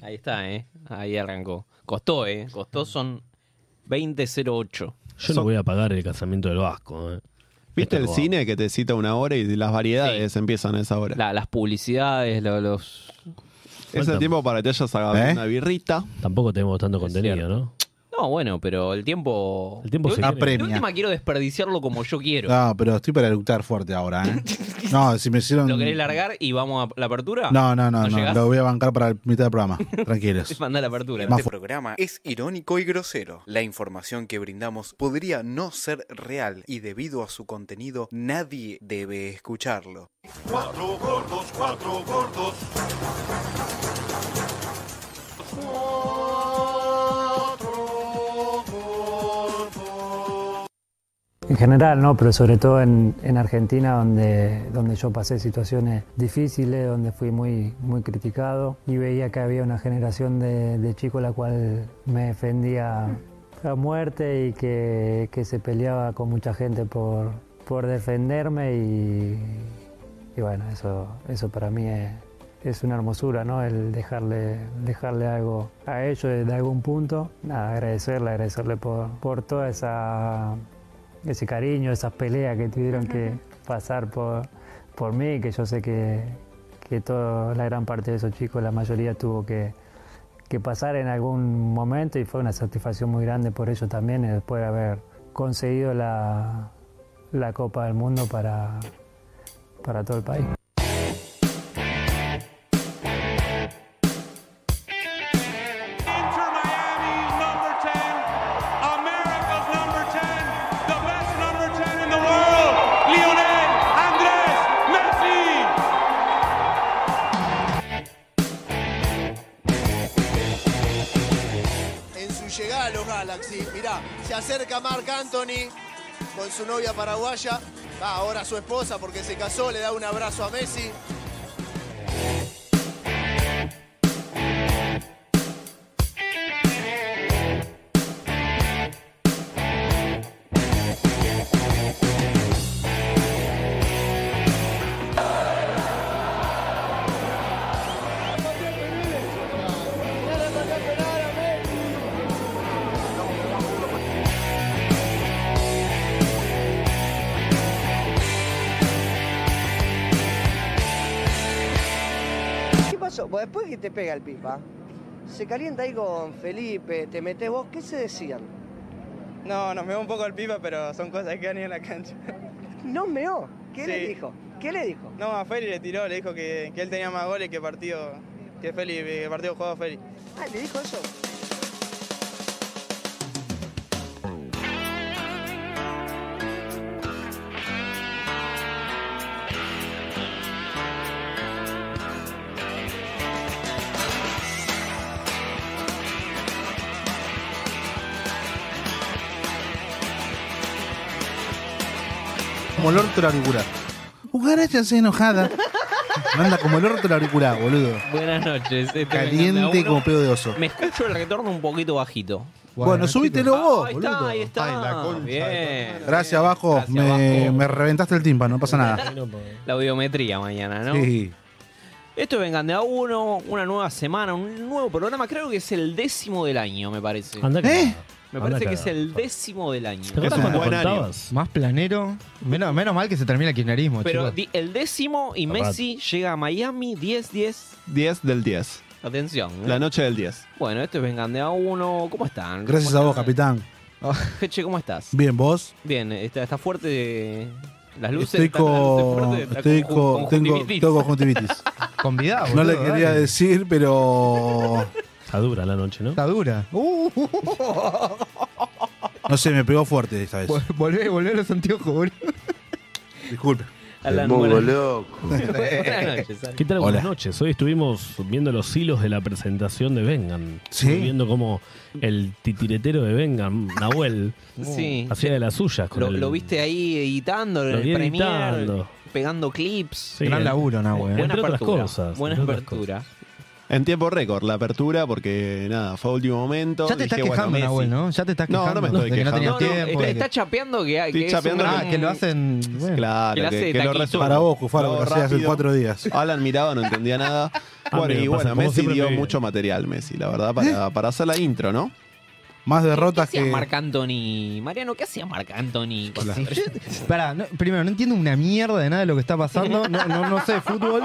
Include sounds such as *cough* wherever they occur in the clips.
Ahí está, ¿eh? Ahí arrancó. Costó, ¿eh? Costó, son 20.08. Yo no voy a pagar el casamiento del Vasco. eh. ¿Viste Este Está el robado. cine que te cita una hora y las variedades empiezan a esa hora? La- las publicidades, lo- los... es el Falta- tiempo para que te hayas agarrado ¿Eh? una birrita. Tampoco tenemos tanto contenido, cierto. ¿no? No, bueno, pero el tiempo... El tiempo de se ulti- viene. de Apremia. Ah, última quiero desperdiciarlo como yo quiero. No, pero estoy para eructar fuerte ahora, *laughs* ¿eh? No, si me hicieron. ¿Lo querés largar y vamos a la apertura? mm. No, no, no, ¿No no, llegás? Lo voy a bancar para el mitad del programa. Tranquilos. *laughs* Manda la apertura. Más Este programa es irónico y grosero. La información que brindamos podría no ser real y debido a su contenido nadie debe escucharlo. En general, ¿no? Pero sobre todo en, en Argentina, donde, donde yo pasé situaciones difíciles, donde fui muy, muy criticado y veía que había una generación de, de chicos la cual me defendía a muerte y que, que se peleaba con mucha gente por, por defenderme y, y bueno, eso, eso para mí es, es una hermosura, ¿no? El dejarle, dejarle algo a ellos desde algún punto. Nada, agradecerle, agradecerle por, por toda esa ese cariño, esas peleas que tuvieron que pasar por, por mí, que yo sé que, que toda la gran parte de esos chicos, la mayoría tuvo que, que pasar en algún momento y fue una satisfacción muy grande por ellos también, el poder haber conseguido la, la Copa del Mundo para, para todo el país. en su llegada a los Galaxy. Mirá, se acerca Marc Anthony con su novia paraguaya. Va, ahora su esposa porque se casó, le da un abrazo a Messi. ¿Qué pasó? Bueno, después que te pega el pipa, se calienta ahí con Felipe, te metes vos, ¿qué se decían? No, nos meó un poco el pipa, pero son cosas que han ido en *laughs* la cancha. No meó. ¿Qué le Sí. dijo? ¿Qué le dijo? No, a Feli le tiró, le dijo que, que él tenía más goles que partido que Feli, que partido jugado Feli. Ah, le dijo eso. Como el orto la auricular. Ugaracha se enojada. Anda como el orto la auricular, boludo. Buenas noches. este me encanta Caliente uno. como pedo de oso. Me escucho el retorno un poquito bajito. Ah, Bueno, súbitelo vos, ahí Oh, boludo. está, ahí está. Ay, la concha de Bien. Gracias, Bajo. Gracias, me, Vasco. me reventaste el tímpano, no pasa nada. Bueno, pues, La audiometría mañana, ¿no? Sí. Esto es Vengan de a uno, una nueva semana, un nuevo programa. Creo que es el décimo del año, me parece. Anda que- ¿Eh? me anda parece que cagada. es el décimo del año. ¿Te acuerdas Es un cuando buen año. contabas? Más planero. Menos, menos mal que se termina el kirchnerismo, Pero chicos. di- el décimo y Capaz. Messi llega a Miami 10-10. 10 del 10. Atención. ¿eh? La noche del 10. Bueno, esto es Vengan de a uno. ¿Cómo están? Gracias a ¿Cómo vos, están? *laughs* capitán. Jeche, ¿cómo estás? Bien, vos. Bien, está, está fuerte. Las luces. Estoy están- las luces con. fuertes, está Estoy con- con. Tengo, conjuntivitis. tengo *laughs* conjuntivitis. Convidado, No le Ah, boludo, quería dale. decir, pero. Está dura la noche, ¿no? Está dura. Uh, No sé, me pegó fuerte esta vez. vol- volvé, volvé a los anteojos, boludo. Disculpe. Alan, buenas, *laughs* buenas noches. Alan. ¿Qué tal? Buenas Hola. noches. Hoy estuvimos viendo los hilos de la presentación de Vengan. Sí. Viendo cómo el titiretero de Vengan, Nahuel, Sí. hacía de las suyas. Con Lo, el- lo viste ahí editando, Lo en vi el Premiere, editando. pegando clips. Sí, Gran en- laburo, Nahue. Bueno. Buena entre otras apertura. cosas, buena entre otras apertura. En tiempo récord, la apertura, porque nada, fue a último momento. Ya te estás Dije, bueno, quejando, Messi. Nahuel, ¿no? Ya te estás No, no quejando. me estoy de que no quejando. No, tenías no, tiempo. está, de que- está chapeando que, que Estoy es chapeando un gran- Ah, que lo hacen. bueno. Claro, Que la hace que, de que lo taquito. resuelva. Para vos, Cufaro, Lo que lo hacías hace rápido. cuatro días. *laughs* Alan miraba, no entendía nada. me Bueno, y pasa, bueno, como Messi siempre dio me- mucho material, Messi, la verdad, ¿Eh? para, para hacer la intro, ¿no? Más ¿Qué derrotas hacía que. Marc Anthony? Mariano, ¿qué hacía Marc Anthony? cuando- Pará, no- primero, no entiendo una mierda de nada de lo que está pasando. No, no, no sé de fútbol.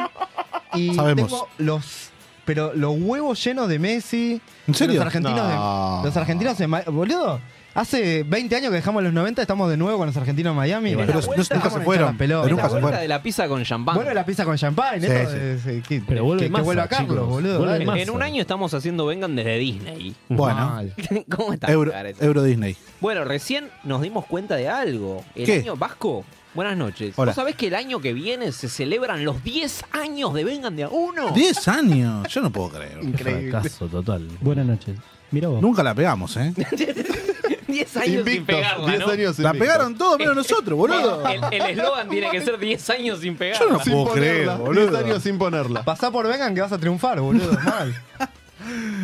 Y Sabemos. tengo los. Pero los huevos llenos de Messi. ¿En serio? Los argentinos, No. de, los argentinos en Ma- Boludo, hace 20 años que dejamos los 90, estamos de nuevo con los argentinos en Miami. Y bueno, Pero la no- vuelta- nunca Vamos a se echar fueron. la pelota. pero la nunca se vuelta fueron. de la pizza con champán. Vuelve la pizza con champán. Sí, esto sí. es- eh, que, Pero vuelve que- que masa, vuelva Carlos, chicos. boludo. Vuelve dale. masa. En un año estamos haciendo Vengan desde Disney. *laughs* Bueno, Mal. ¿Cómo está? Euro, cara esa? Euro Disney. Bueno, recién nos dimos cuenta de algo. El ¿Qué? año Vasco. Buenas noches. Hola. ¿Vos sabés que el año que viene se celebran los 10 años de Vengan de a uno? 10 años. Yo no puedo creer. Fracaso total. Buenas noches. Mira vos. Nunca la pegamos, *laughs* ¿eh? 10 años sin pegarla, 10 ¿no? años La invictos. pegaron todos menos nosotros, boludo. El el eslogan tiene que ser 10 años sin pegarla. Yo no *laughs* Sin puedo creer, ponerla, boludo. 10 años sin ponerla. Pasá por Vengan que vas a triunfar, boludo. Mal.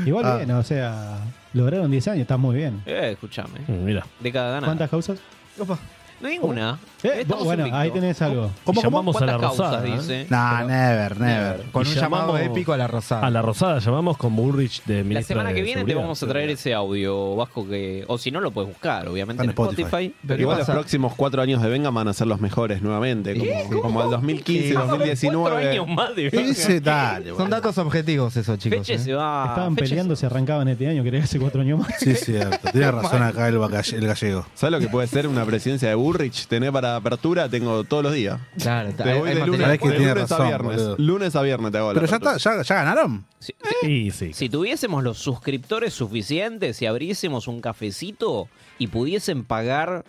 Igual bien, o sea, lograron 10 años, estás muy bien. Eh, escúchame. Mm, Mira. De cada gana. ¿Cuántas causas? Ninguna. Eh, Estamos bueno, invictos. ahí tenés algo. ¿Cómo, llamamos a la ¿Cuántas causas Rosada. ¿eh? dice? No, never, never. Con Y un llamado llamamos- épico a la Rosada. A la Rosada llamamos con Bullrich de ministra La semana de que viene te Seguridad. vamos a traer ese audio, Vasco, que... O si no, lo puedes buscar, obviamente, Está en en Spotify. Pero Igual ¿qué los pasa? próximos cuatro años de Venga van a ser los mejores nuevamente, como, como el 2015, Vamos a ver eh, cuatro 2019. años más *laughs* de Ese *laughs* dale, Son boludo. datos objetivos esos, chicos. Feche eh. se va... Estaban Feche se- peleando, se arrancaban este año, querés hace 4 años más. Sí, es cierto. Tiene razón acá el, bacalle- el gallego. ¿Sabes lo que puede ser una presidencia de Burrich? Tener para apertura, tengo todos los días. Te Claro, está- voy hay de lunes, material. Sabés que de tiene lunes razón, a viernes. boludo. Lunes a viernes te hago la Pero ya, apertura. está, ya, ya ganaron. Si, Y sí. si tuviésemos los suscriptores suficientes, si abriésemos un cafecito y pudiesen pagar...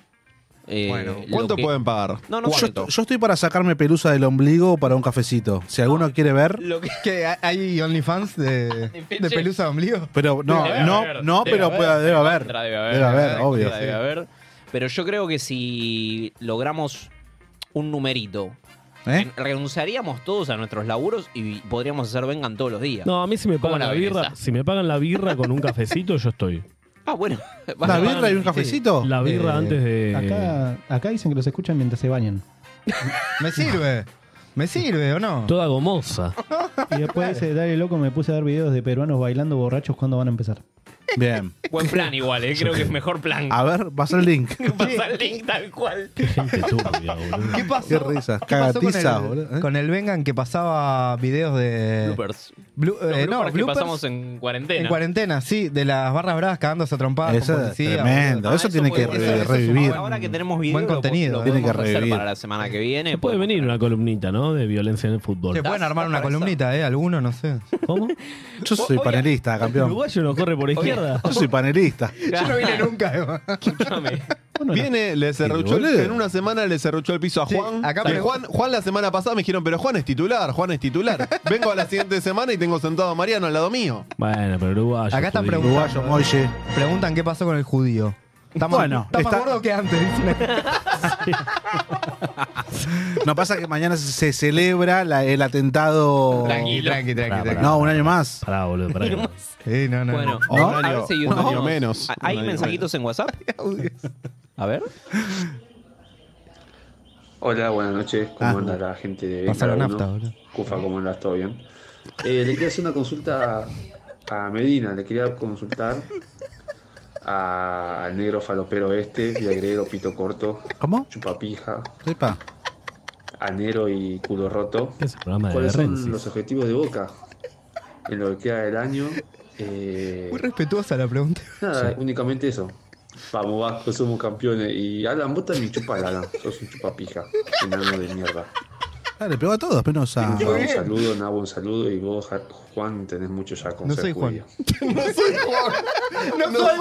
eh, Bueno, lo ¿Cuánto que- pueden pagar? No, no sé. Yo, yo estoy para sacarme pelusa del ombligo para un cafecito. Si alguno quiere ver. Lo que... ¿Qué, hay- ¿Hay OnlyFans de, de pelusa de ombligo? Pero no, Debe no, haber, no, debe pero haber, pueda- debe haber. Contra debe haber. Debe haber, contra obvio. debe haber. Pero yo creo que si logramos un numerito, ¿Eh? en- renunciaríamos todos a nuestros laburos y podríamos hacer vengan todos los días. No, a mí si me ¿Cómo pagan la la ven birra, esa? si me pagan la birra con un cafecito, yo estoy. Ah, bueno. ¿La Vale, birra y un vale. cafecito? La birra Eh, antes de Oh, Acá, acá dicen que los escuchan mientras se bañan. ¿Me sirve? ¿Me sirve o no? toda gomosa. Y *laughs* después de Dale Loco me puse a ver videos de peruanos bailando borrachos cuando van a empezar. Bien. Buen plan igual, eh, creo que es mejor plan. A ver, pasa el link. Pasar el link tal cual. Gente turbia, boludo. ¿Qué pasó? Qué risas, ¿Qué pasó con cagatiza, el- boludo, eh? Con el Vengan que pasaba videos de. Bloopers. Blu- Los eh, no, bloopers que bloopers pasamos en cuarentena. en cuarentena, sí, de las barras bravas cagándose a trompadas Eso con es policía. tremendo. boludo. eso tiene que Ah, puede re- ser. revivir. Eso sumado. Ahora que tenemos video, Buen lo po- contenido. lo Tiene que podemos hacer revivir. para la semana que viene. Puede Podemos- venir una columnita, ¿no? De violencia en el fútbol. Se pueden ¿Estás- armar estás una para columnita, ¿eh? Alguno, no sé. ¿Cómo? Yo soy Oye, panelista, El campeón. uruguayo no corre por izquierda. Yo soy panelista. Yo no vine nunca, eh. Eva. Escúchame. Bueno, Viene, le cerruchó, el- boludo. en una semana le cerruchó el piso a Sí, Juan. acá Que pero- Juan, Juan la semana pasada me dijeron, pero Juan es titular, Juan es titular. Vengo a la siguiente semana y tengo sentado a Mariano al lado mío. Bueno, pero uruguayo. Acá están judío. preguntando. Uruguayo, Molle. Preguntan qué pasó con el judío. Está más, Bueno, está más está- gordo que antes. dice. No pasa que mañana se celebra la- el atentado. Tranquilo. Tranqui, tranqui, tranqui. No, un año más. Pará, boludo, pará. Sí, no, no. Bueno, No, a *laughs* un año- ver si un YouTube año nos- menos, ¿Ah, ¿Hay un año mensajitos en WhatsApp? *laughs* A ver. Hola, buenas noches. Ah. ¿Cómo anda la gente de Pasa la Venga nafta, Uno? boludo. Cufa, ¿cómo andas? ¿Todo bien? Eh, le quería hacer una consulta a Medina. Le quería consultar a- al negro falopero este, viagrero, pito corto, ¿Cómo? chupapija, Epa. anero y culo roto. ¿Qué es el programa de ¿Cuáles son Renzi? los objetivos de Boca en lo que queda del año? Eh, Muy respetuosa la pregunta. nada, únicamente eso. Vamos, Vasco, somos campeones. Y Alan, vos también chupala, Alan. Sos un chupapija, enano de mierda. Ah, le pegó a todos, penosa. Nabo, un saludo, Nabo, un saludo. Y vos, Ja- Juan, tenés mucho ya con No ser soy Juan. judío. *laughs* ¡No, soy judío! ¡No soy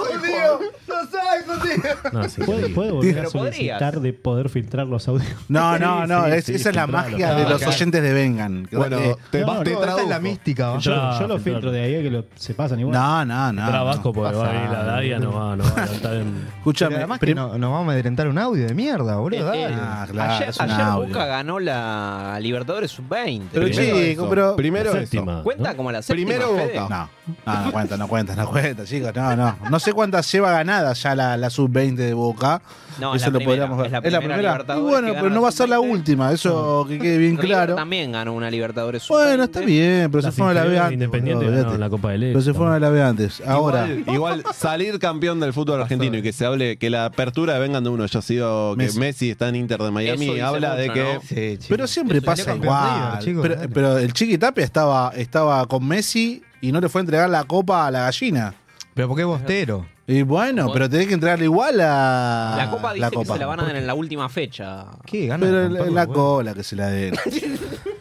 judío! No, sí, ¿Puede, sí. puede volver Pero a solicitar podrías. de poder filtrar los audios? *laughs* No, no, no. Sí, es- sí, esa es la filtralo. magia de Ah, los claro. oyentes de Vengan. Bueno, Eh, te, no, te Esta traduzco. es la mística, va. Yo, Filtrá, yo lo filtrá. filtro de ahí a que lo, se pasan igual. no, no, no. Pará, no. Vasco, porque va a Pasa. venir la Daria, nos va, nos va a levantar en. Pero Escúchame. además que prim- no- nos vamos a amedrentar un audio de mierda, boludo. Eh, eh, dale. Ah, claro, ayer es un ayer audio. Boca ganó la a Libertadores sub-20. Pero Primero chico, eso. pero- Primero La eso. séptima, ¿no? ¿Cuenta como la séptima? Primero Fede? Boca. No, no, no cuenta, no cuenta, no cuenta, chicos. No, no. No sé cuántas lleva ganadas ya la, la sub-20 de Boca. No, es eso la lo primera, podríamos ver. es la primera Y Libertadores bueno, que pero gana no la va a ser la última, eso que quede bien River claro. también ganó una Libertadores sub-20. Bueno, está bien, pero se Las fueron a la B inferiores antes. Independiente boludo, ganaron olvídate. la Copa del Este. Pero se fueron a la B antes. Ahora, Igual, igual salir campeón del fútbol argentino y que se hable, que la apertura vengan de uno. Yo ha sido que Messi. Messi, está en Inter de Miami Eso y dice habla de mucho, que. ¿no? pero siempre Eso pasa salió igual. River, chicos, pero, eh. dale. pero el Chiqui Tapia estaba, estaba con Messi y no le fue a entregar la copa a la gallina. Pero ¿por qué bostero? Y bueno, pero tenés que entregarle igual a La Copa dice que se la van a dar en la última fecha. ¿Qué? Gana Pero de la, romper la los huevos. cola que se la den. *laughs*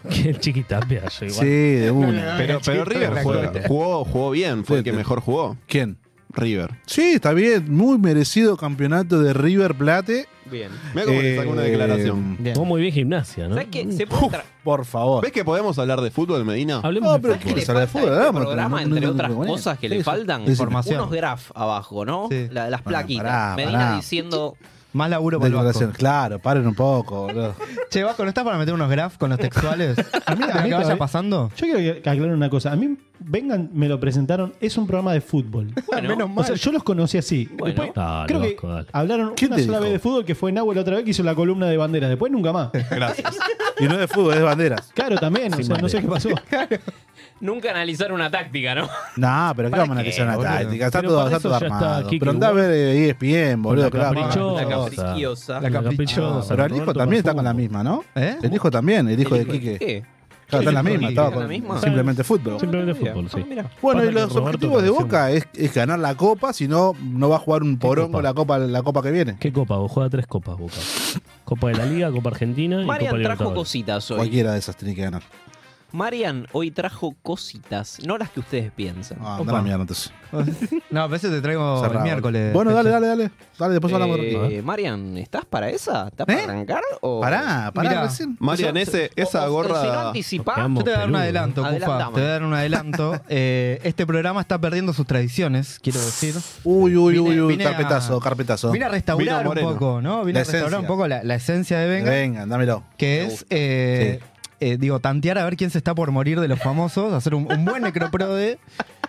Que el chiquitapia yo igual. sí, de una. Pero, pero River fue- jugó, jugó bien, fue el que mejor jugó. ¿Quién? River. Sí, está bien. Muy merecido campeonato de River Plate. Bien. Mira cómo le saca una Eh, declaración. Bien. Jugó muy bien gimnasia, ¿no? Mm. ¿Sabes qué? Se puede tra- Por favor. ¿Ves que podemos hablar de fútbol, Medina? Hablemos No, de pero fútbol. ¿Qué le Sala de falta fútbol, a este vamos, programa, no, no, entre no, no, otras no, no, cosas que no, le no, faltan? información. Unos graf abajo, ¿no? Sí. La- las Pará, plaquitas. pará, Medina pará. diciendo... Más laburo para el Declaración. Vasco. Claro, paren un poco, boludo. Che, Vasco, ¿no estás para meter unos graphs con los textuales? a mí, a mí que vaya todavía- pasando. ¿eh? Yo quiero que- que aclaren una cosa. A mí, vengan, me lo presentaron. Es un programa de fútbol. Bueno, O sea, yo los conocí así. Bueno. Después, Dale, creo que Vasco, dale. hablaron ¿Quién una te sola dijo? vez de fútbol que fue Nahuel otra vez que hizo la columna de banderas. Después *laughs* nunca más. Gracias. Y no de fútbol, es de banderas. Claro, también. o Sin sea, no sé qué pasó. Nunca analizar una táctica, ¿no? No, pero ¿qué ¿Para vamos a qué, analizar una boludo? táctica? Está Pero todo, para está eso todo ya está armado. Kiki pero andá a Wolf. ver eh, ESPN, boludo. la que la- caprichosa. La caprichosa. La La caprichosa. caprichosa. Pero el hijo Roberto también está con la Perfumo. misma, ¿no? *laughs* ¿Eh? El hijo también, el hijo de ¿Qué? Quique. ¿Qué? Claro, está en la misma, ¿Está estaba en la misma? con simplemente fútbol. Simplemente fútbol, sí. Ah, mira. Bueno, Pasa y los que Roberto objetivos de pareció- Boca es, es ganar la copa, si no, no va a jugar un porongo copa? la copa la copa que viene. ¿Qué copa? Vos juega tres copas, Boca. Copa de la Liga, Copa Argentina y Copa Marian trajo Libertadores. cositas hoy. Cualquiera de esas tiene que ganar. Marian hoy trajo cositas, no las que ustedes piensan. Ah, anda a la mierda entonces. No, pero eso te traigo Oh, el Cerrado. miércoles. Bueno, dale, dale, dale. Dale, después hablamos. de otro. Eh, oh. Marian, ¿estás para esa? ¿Estás para ¿Eh? arrancar? O... Pará, pará, Mirá. recién. Marian, ese, esa O- o- Si no gorra. anticipás, Nos quedamos. Yo te voy a dar un Peludo. adelanto, Cufa. Adelantame. Te voy a dar un adelanto. Eh, este programa está perdiendo sus tradiciones, quiero decir. Uy, uy, Vine- uy, uy, vine a- carpetazo, carpetazo. Vine a Vino restaurar un Moreno. poco, ¿no? Vine La a restaurar esencia. un poco la, la esencia de Venga, Venga, dámelo. que es, eh, eh, digo, tantear a ver quién se está por morir de los famosos, hacer un, un buen necroprode.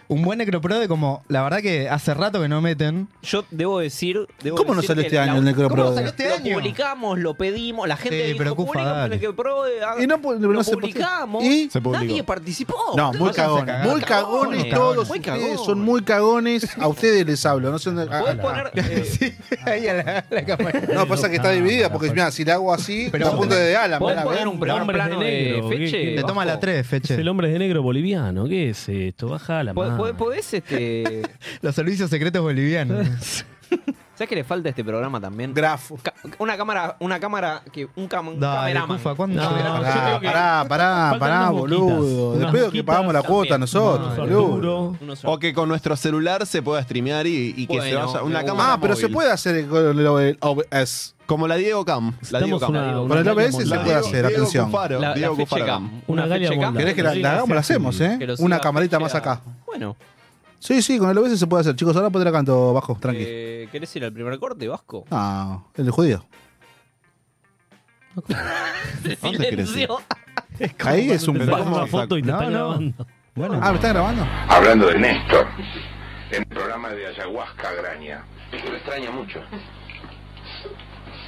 Un buen necroprode como, la verdad que hace rato que no meten. Yo debo decir. Debo ¿Cómo no decir sale que este la- año el Necroprode? ¿Cómo no sale este lo año? publicamos, lo pedimos, la gente Sí, dijo, pero, Cufa, "Publicamos el dale". Necroprode, hagan- Y no pu- eh, lo no se publicamos. publicó. Y se publicó. Nadie participó. No, muy vas a cagones. cagar. Muy cagones Cagones, todos. muy ustedes cagones. Son muy cagones. A ustedes les hablo. No, sé dónde- Podés Ah, poner. eh, Ahí a la, a la cámara. no pasa que está dividida. Porque mira, si la hago así, Pero está a vos- punto de ala. ¿Podés poner un, Hombres un de plano de, negro, Feche? ¿qué- qué- Te toma la Vasco? 3, Es el Feche. hombre de negro boliviano. ¿Qué es esto? Baja la ¿Pod- mano. pod- ¿Podés este.? *laughs* Los servicios secretos bolivianos. ¿Sabes qué le falta a este programa también? Grafo. Ca- una cámara, una cámara que un, cam un Dale, cameraman. Cufa, ¿cuándo? No, será? yo creo Pará, que- pará, pará, Faltan pará, unas boludo. boquitas. De Unas pedo que boquitas pagamos la cuota también. nosotros, Vamos, boludo. Arturo. Unos- O que con nuestro celular se pueda streamear y, y que se Bueno, vaya una me cámara. Ah, pero se móvil. puede hacer con el OBS. Como la Diego Cam. La Diego Necesitamos Cam. una, Con el una OBS se La galia puede Diego- mundial. hacer, Diego atención. Cufaro, la, la Diego feche Cufaro cam. Cam. Una, Una galia feche cam. bondad. ¿Querés que la, Sí, la hagamos? La hacemos, ¿eh? Que lo siga Una camarita más Fechera. acá. Bueno, Sí, sí, con el OBS se puede hacer. Chicos, ahora te la canto bajo, tranqui. eh, ¿querés ir al primer corte, Vasco? Ah, el de judío. ¿Dónde querés ir? Ahí es un Te sacas bajo. una foto y te No, están no. grabando. Bueno, Ah, ¿me están grabando? Hablando de Néstor, en el programa de ayahuasca graña. Yo lo extraña mucho.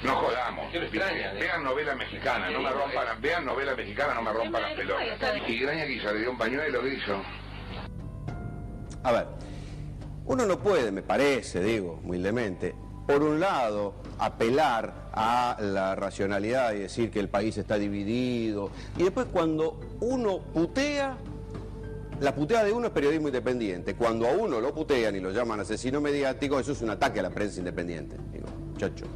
No jodamos. Vean novela mexicana, no me rompan las, vean novela mexicana, no me rompan las pelotas. Y Graña que se le dio un pañuelo y lo hizo. A ver, uno no puede, me parece, digo, humildemente, por un lado, apelar a la racionalidad y decir que el país está dividido, y después cuando uno putea, la puteada de uno es periodismo independiente. Cuando a uno lo putean y lo llaman asesino mediático, eso es un ataque a la prensa independiente. Digo, chacho.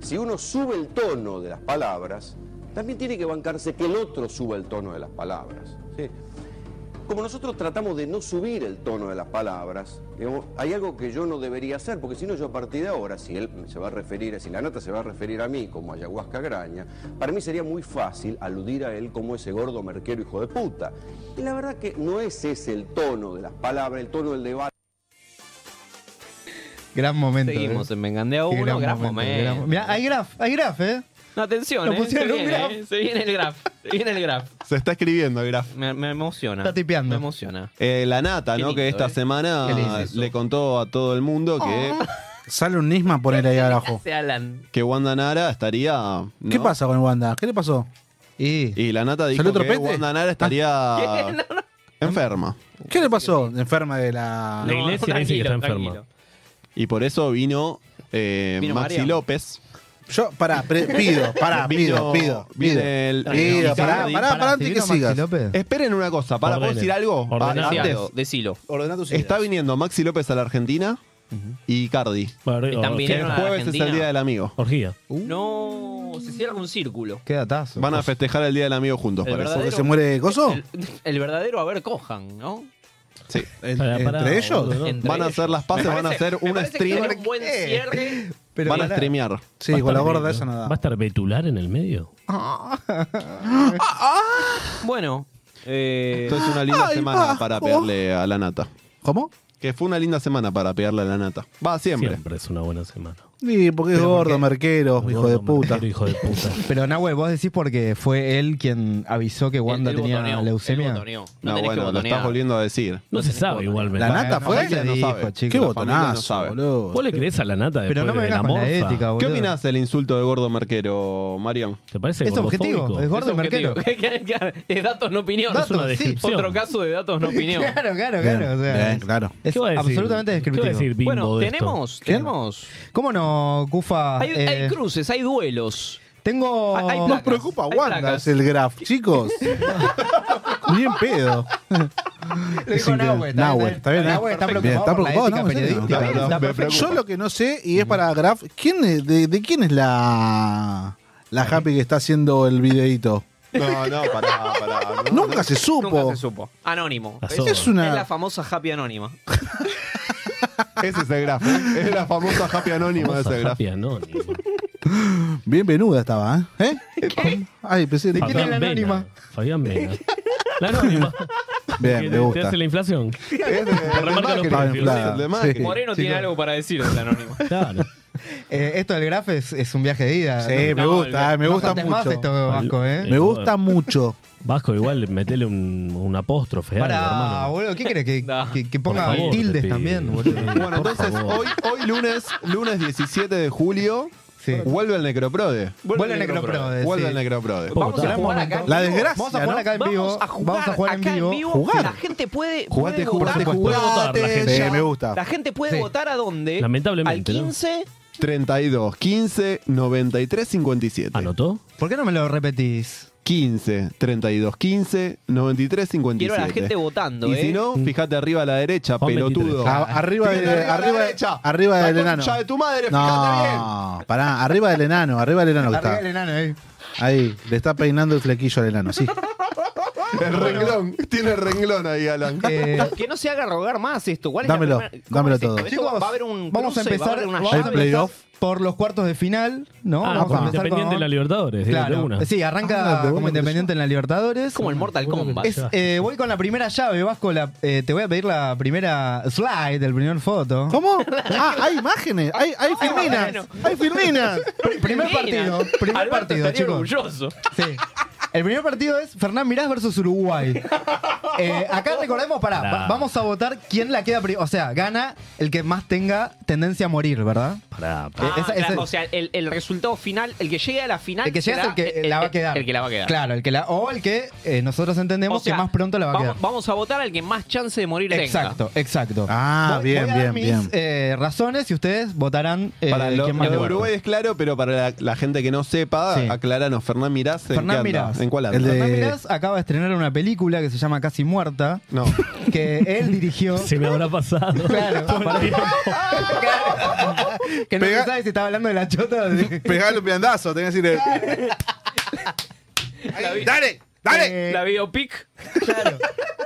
Si uno sube el tono de las palabras, también tiene que bancarse que el otro suba el tono de las palabras. ¿sí? Como nosotros tratamos de no subir el tono de las palabras, digamos, hay algo que yo no debería hacer, porque si no yo a partir de ahora, si él se va a referir, si la nata se va a referir a mí como ayahuasca graña, para mí sería muy fácil aludir a él como ese gordo merquero hijo de puta. Y la verdad que no es ese el tono de las palabras, el tono del debate. gran momento. Seguimos eh. en Vengandea Qué 1, gran eh. gran momento, gran momento. mo- Mirá, hay graf, hay graf, ¿eh? No, atención, Lo eh, se, pusieron en un viene, graph. eh, se viene el graph. Se viene el graph. Se está escribiendo el graf. Me, me emociona. Está tipeando. Me emociona. Eh, la nata, Qué ¿no? lindo, que esta eh. Qué lindo semana eso. le contó a todo el mundo que, Ah. Sale un Nisman poner ahí abajo. Se Alan. que Wanda Nara estaría. ¿no? ¿Qué pasa con Wanda? ¿Qué le pasó? Y, y la nata dijo ¿Salió que tropete? Wanda Nara estaría *laughs* ¿Qué? No, no. enferma. ¿Qué le pasó? Enferma de la. Ah, La iglesia No, dice que está tranquilo, enferma. tranquilo. Y por eso vino, eh, Vino Maxi María. López. Yo, pará, pre- pido, *laughs* pará, pido, Vino- pido, vino pido. el- Pido, pará, Icardi. pará, pará, Si antes que vino Maxi sigas. López. Esperen una cosa, pará, ¿puedo Ordenen. decir algo? Ah, Ordená. antes. Decilo, decilo. Ordená tus Está viniendo Maxi López a la Argentina y Cardi. Están viniendo el a la jueves es Argentina. el Día del Amigo. Orgía. No, se cierra un círculo. Qué datazo. Van a festejar el Día del Amigo juntos, El parece. verdadero- ¿Porque se muere Coso? El, el verdadero, a ver, cojan, ¿no? Sí. Pará, pará, ¿Entre ellos? boludo. Entre van a hacer ellos. las pases, Me van a parece- hacer me un parece que Eh, stream. sería un buen cierre. van a streamear. Va a con la estar gorda Betu- esa no da. ¿Va a estar Betular en el medio? Bueno. eh, Entonces una linda Ay, semana bajo. para pegarle a la nata. ¿Cómo? Que fue una linda semana para pegarle a la nata. Va siempre. Siempre es una buena semana. Sí, porque es gordo, merquero, Oh, hijo de puta. *laughs* Hijo de puta. Pero Nahuel, vos decís porque fue él quien avisó que Wanda él tenía botoneó, leucemia. él botoneó. No No, tenés que Ah, bueno, lo botonear. estás volviendo a decir. No se sabe igualmente. ¿La nata Bueno, fue? ahí le No dijo, sabe. chico, Qué la familia no botonazo, sabe. boludo. ¿Vos le crees a la nata después Pero no me de vengas la con la morfa? ética, boludo. ¿Qué opinas del insulto de gordo merquero, Marian? ¿Te parece Es objetivo, gordofóbico? es gordo es y *laughs* merquero. objetivo. es datos no opinión. Datos, es una sí. descripción. Otro caso de datos no opinión. *laughs* Claro, claro, Bien, claro. o sea, bien, claro. Es ¿Qué va a decir? absolutamente ¿Qué va a descriptivo. decir Bimbo Bueno, de esto? tenemos, tenemos. ¿Cómo no, Cufa? Hay, hay Eh, cruces, hay duelos. tengo. Hay- hay Nos placas, preocupa hay Wanda, es placas. el graf, chicos. Bien pedo. Lo dijo Nahuel. Nahuel, está bien. Nahuel está Bien, preocupado. está por la preocupado, ética ¿no? ¿En serio? periodística. Está bien, Está me perfecto. Yo lo que no sé, y es para Graf, ¿quién es- de, de quién es la, la Happy que está haciendo el videito? No, no, pará, pará. *laughs* no, Nunca se supo. Nunca se supo. Anónimo. La Es, soga. Es una- es la famosa happy anónima. no. Ese es el graf. ¿eh? Es la famosa happy anónima de Famosa ese graf. happy anónima. Bien venuda estaba, ¿eh? ¿Eh? Ay, pensé ¿De quién es la Fabián anónima? Vena. Fabián Vena. La anónima. Bien, Que me te- gusta. ¿Eh? Te hace la inflación. Es de, de remarca Macri, los perfiles. inflada, de Macri. Sí. Moreno tiene Chicos. algo para decir de la anónima. Claro. Eh, esto del graf es, es un viaje de ida. Sí, me No, gusta, eh, me No gusta contes más esto, mucho. Vasco, ¿eh? Me gusta mucho. Vasco, igual, metele un, un apóstrofe. Para, algo, hermano. boludo, ¿qué crees? Que, No. que, que Por ponga favor, te tildes pido. también, boludo. Bueno, entonces hoy, hoy lunes, lunes 17 de julio, Sí. vuelve el Necroprode. Vuelve el Necroprode. Vuelve sí. el Necroprode. Vamos a jugar acá. en La vivo. desgracia. Vamos a jugar ¿no? acá en vivo. Vamos a jugar, Vamos a jugar en acá vivo. La gente puede. Jugate, puede votar. jugate, Puede votar la jugate. gente. Sí, me gusta. La gente puede Sí. votar a dónde. Lamentablemente, Al ¿no? 15. 32, 15, 93, 57. ¿Anotó? ¿Por qué no me lo repetís? 15, 32, 15, 93, 57. Quiero a la gente votando, Y ¿eh? si no, fíjate arriba a la derecha, Juan pelotudo. 23. A- arriba Fíjate del Ah, eh, arriba, a la derecha. arriba La del concha enano. de tu madre, fíjate no, pará, arriba del enano, arriba del enano que Arriba el está. enano, eh. Ahí, le está peinando el flequillo al enano, sí. bien. El renglón. Tiene renglón ahí, Alan. Eh, Que no se haga rogar más esto. ¿Cuál es Dámelo, la primera- cómo dámelo es esto? todo. Esto Chicos, va a haber un vamos a cruce, va empezar, haber una vamos a llave. llaves. empezar Playoff. por los cuartos de final, ¿no? Ah, vamos como a empezar Independiente con- en la Libertadores. Claro. de una. Sí, arranca Ah, de como una. Independiente en la Libertadores. Es como el Mortal Kombat. Es, eh, voy con la primera llave, Vasco. la- eh, te voy a pedir la primera slide, el primer foto. ¿Cómo? Ah, hay imágenes, hay, hay filminas, bueno. hay filminas. Primer partido. Primer Alberto partido, estaría chicos. Eh, orgulloso. Sí. El primer partido es Fernán Mirás versus Uruguay. Eh, acá recordemos, pará, Nah. va- vamos a votar quién la queda primero. O sea, gana el que más tenga tendencia a morir, ¿verdad? Pará, pará. Eh, Ah, esa- claro, esa- o sea, el, el resultado final, el que llegue a la final. El que llega es será el que la va a quedar. El que la va a quedar. Claro, el que la, o el que eh, nosotros entendemos O sea, que más pronto la va a vamos, quedar. vamos a votar al que más chance de morir Exacto, exacto. Ah, Voy- bien, voy a bien, dar mis, bien. eh, razones y ustedes votarán eh, Para lo, quién más lo de le gusta. Uruguay es claro, pero para la, la gente que no sepa, Sí. acláranos, Fernán Mirás, ¿en, Fernán qué anda? Mirás. ¿En cuál anda? El de- Fernán Mirás acaba de estrenar una película que se llama Casi Muerta, No. *laughs* que él dirigió. Se me *laughs* habrá pasado. Claro, Todo el para- tiempo. que no Pega- se sabe si estaba hablando de la chota. o de- Pegale un piandazo, tenés que decirle. Ahí, Dale, dale. Eh, La biopic. claro.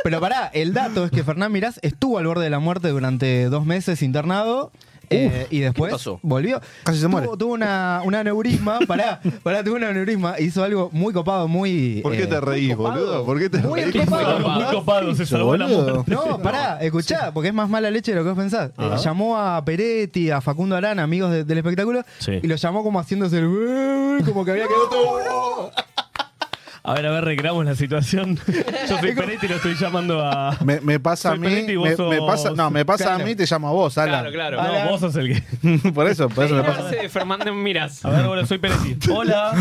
Pero pará, el dato es que Fernán Mirás estuvo al borde de la muerte durante dos meses internado. Eh, y después ¿qué pasó? volvió. Casi se tuvo, muere. Tuvo una, un aneurisma, pará, pará, tuvo un aneurisma, hizo algo muy copado, muy. eh, ¿Por qué te reís, boludo? ¿Por qué te muy reís? copado. Muy copado, se salvó la muerte. No, pará, escuchá, porque es más mala leche de lo que vos pensás. Eh, llamó a Peretti, a Facundo Arana, amigos de- del espectáculo, Sí. y lo llamó como haciéndose el. como que había quedado todo. A ver, a ver, recreamos la situación. Yo soy Peretti y lo estoy llamando a. Me, me pasa a Soy mí, Peretti y vos me, sos- me pasa, no, me pasa Claro. a mí, te llamo a vos, Alan. Claro, claro. No, vos sos el que. por eso, por eso *laughs* me pasa. Frase de Fernández Miras. A ver, bueno, soy Peretti. Hola.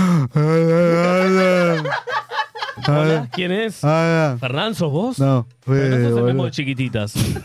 Hola. ¿Quién es? ¿Fernán, sos vos? No, Fernán, sos el mismo Eh, boludo. de chiquititas. *laughs*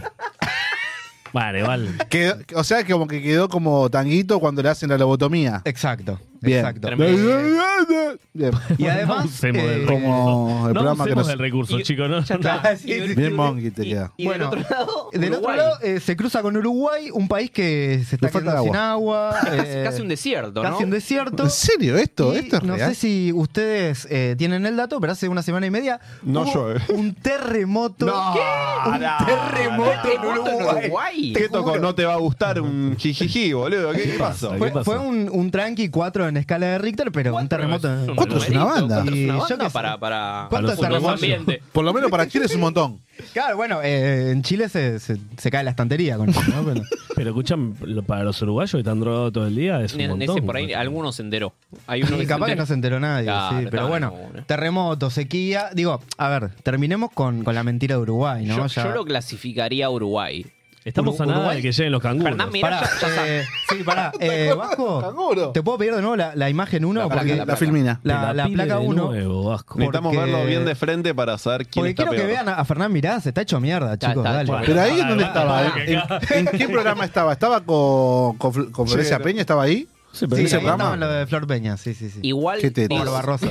Vale, vale. Quedó- o sea, que como que quedó como tanguito cuando le hacen la lobotomía. Exacto. Bien. Exacto. Bien. Y además, usemos del eh, como el no programa que usemos nos- del recurso, chicos. No, Ya *laughs* está. No. Ah, Sí, sí, Bien sí. mongi te queda. Y del otro *laughs* lado, Del otro Uruguay. lado eh, se cruza con Uruguay, un país que se está falta quedando sin agua. eh, *laughs* Casi un desierto, ¿no? casi un desierto. ¿En serio esto? Y ¿Esto es no real? sé si ustedes eh, tienen el dato, pero hace una semana y media No hubo eh. llueve. *laughs* un terremoto. Un terremoto en ¿Terremoto en Uruguay. Uruguay? Te ¿Qué tocó? juro. No te va a gustar un jijiji, boludo. ¿Qué, qué pasó? Fue, fue un, un tranqui 4 en escala de Richter, pero un terremoto. en- ¿Cuatro es una numerito, banda? cuatro Y Es una yo banda qué sé. para, para ¿Cuántos para los terremotos? ambientes. Por lo menos para Chile es un montón. Claro, bueno, eh, en Chile se, se- se cae la *laughs* estantería con Ah, eso, ¿no? Pero- Pero escuchan, lo- para los uruguayos que están drogados todo el día, es un Ne- ne- montón. por ah, ahí alguno se enteró. Hay uno Y capaz que no se enteró nadie, Claro, sí. Pero claro, bueno, bueno. terremoto, sequía. Digo, a ver, terminemos con, con la mentira de Uruguay, ¿no? yo, Ya- yo lo clasificaría a Uruguay. Estamos Uru- a nada Uruguay. de que lleguen los canguros. Fernán Mirá Pará, ya, ya sabe. eh, *laughs* sí, pará. Eh, Vasco, Canguro. ¿te puedo pedir de nuevo la, la imagen 1? La placa, Porque la La filmina. la, la, Te pide placa de 1. nuevo, Vasco. Necesitamos porque- verlo bien de frente para saber quién Porque está quiero peor. que vean a, a Fernán Mirás, está hecho mierda, Está- chicos. está dale. hecho Bueno, Pero ahí en dónde Ah, estaba, ¿eh? ah, ¿En, acá. en- en qué programa estaba? ¿Estaba con, con, Fl- con Florencia Peña? ¿Estaba ahí? Sí, Sí, pero ahí ese ese programa- estaba en lo de Flor Peña, sí, sí, sí. Igual Qué teta. digo, Barbarosa.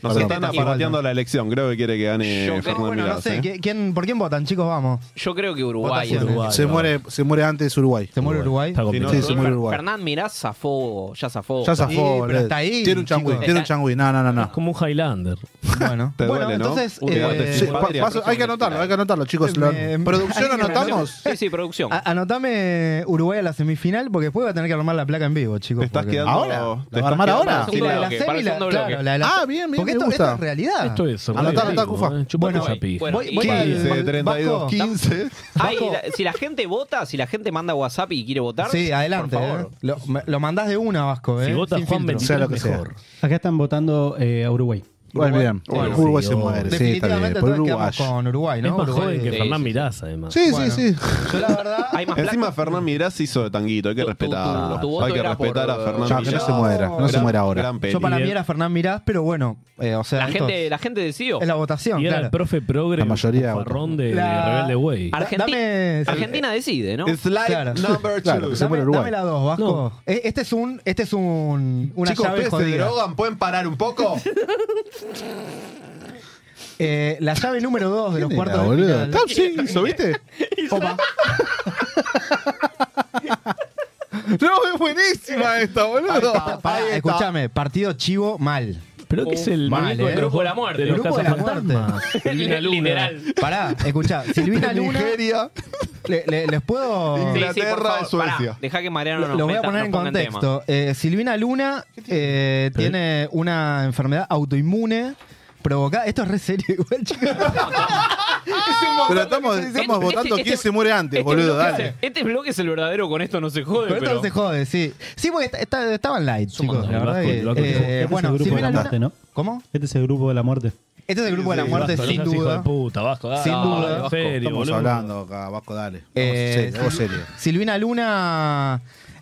Nos Perdón. están Igual, aparateando la elección. Creo que quiere que gane Yo creo- Fernán Bueno, no Milagros, sé, ¿eh? ¿qui- ¿quién, ¿por quién votan, chicos? Vamos. yo creo que Uruguay. Votaciones. Uruguay. Se muere, se muere antes Uruguay. ¿Se muere Uruguay? Está complicado. Sí, se muere Fer- Uruguay. Fernán Mirás zafó, ya zafó. Ya Sí, pero zafó, boludo. está ahí, Tiene un changüí, chicos. tiene un changüí. No, no, no, Es no. como un Highlander. Ah. Bueno, Te bueno duele, ¿no? entonces. Uy, eh, Sí, Sí, pa- patria, paso- hay que anotarlo, hay que anotarlo, chicos. Lo- Me- *laughs* ¿Producción hay que anotamos? *laughs* Sí, sí, producción. A- Anotame Uruguay a la semifinal porque después va a tener que armar la placa en vivo, chicos. Te estás porque- quedando. ¿Ahora? ¿La te estás va a armar quedando- ahora? Parece Y un la de la bloque, semi, parece la- un bloque. claro, la de la- Ah, bien, bien, Porque me esto, gusta. esto es realidad. Esto es. Anotá, radio, anotá, ¿no? Cufa. Chupate Bueno, esa pija. bueno, Voy, y- voy para el- 15, 32, Vasco. 15. ah, Ay, la- si la gente vota, si la gente manda WhatsApp y quiere votar, Sí, adelante. por favor. eh. Lo, me- lo mandás de una, Vasco. Eh. Si vota Sin Juan filtro. 23, Sea lo que sea. mejor. Acá están votando eh, a Uruguay. Bueno, bien. Bueno, Uruguay sí, se yo- muere, sí, está bien. Definitivamente Por todos Uruguay. quedamos con Uruguay, ¿no? Es más Uruguay. joven que Sí, Fernán sí. Mirás, además. Sí, Bueno. sí, sí. Yo la *laughs* verdad... Hay más Encima placas. Fernán Mirás hizo de tanguito. Hay que Tu- tu- tu- respetarlo. tu voto hay que era por, respetar eh, a Fernán Ya, que no Mirás. se muera, no se Gran- muera ahora. gran peli. Yo para Y mí el- era Fernán Mirás, pero bueno, eh, o sea, la esto gente, la gente decidió. es la votación, Y era el claro. profe progre, La mayoría farrón de, de La- Rebelde Way. Ar- Argenti- Dame- Argentina decide, ¿no? Slide Claro. number Claro, two. que se Dame, muere Uruguay. dame la dos, Vasco. No. Eh, Este es un... Este es un... Una Chicos, llave ¿ustedes se jodida. drogan? ¿Pueden parar un poco? *laughs* Eh, la llave número dos de los ¿Quién era, cuartos de boludo? final. Está- Sí, ¿lo viste? Opa. *laughs* No, es buenísima esta, Ahí boludo. está, Ah, pará, Ahí está. Escuchame, partido chivo mal. Pero que es el Mal, muñeco eh. de los- Grupo de la muerte. los Grupo de la muerte. cazafantasmas. Silvina Luna. Literal. Pará, *laughs* escuchá, Silvina Luna, Nigeria. le- le- les puedo. Sí, sí, por Inglaterra, favor, Suecia. pará, Deja que Mariano Lo nos lo voy a meta, poner nos en ponga tema. contexto. Eh, Silvina Luna eh, tiene una enfermedad autoinmune provocada. Esto es re serio, igual, *laughs* chicos. Pero estamos, estamos Este- votando este- quién se muere antes, boludo, bloque dale. Es, este bloque es el verdadero, con esto no se jode. Pero Pero esto no se jode, sí. Sí, porque está- está- estaban light, chicos. montón. La verdad El que, Vasco- el Vasco- eh, Este es bueno, el grupo de Silvina la Luna. muerte, ¿no? ¿Cómo? Este es el grupo de la muerte. Este es el grupo de la muerte, Basta, no sin seas hijo de duda. puta, Vasco. dale. Sin Ah, duda. en serio, Estamos boludo. hablando acá, Vasco, dale. Vamos, Eh, serio, vamos, Silvi- serio. Silvina Luna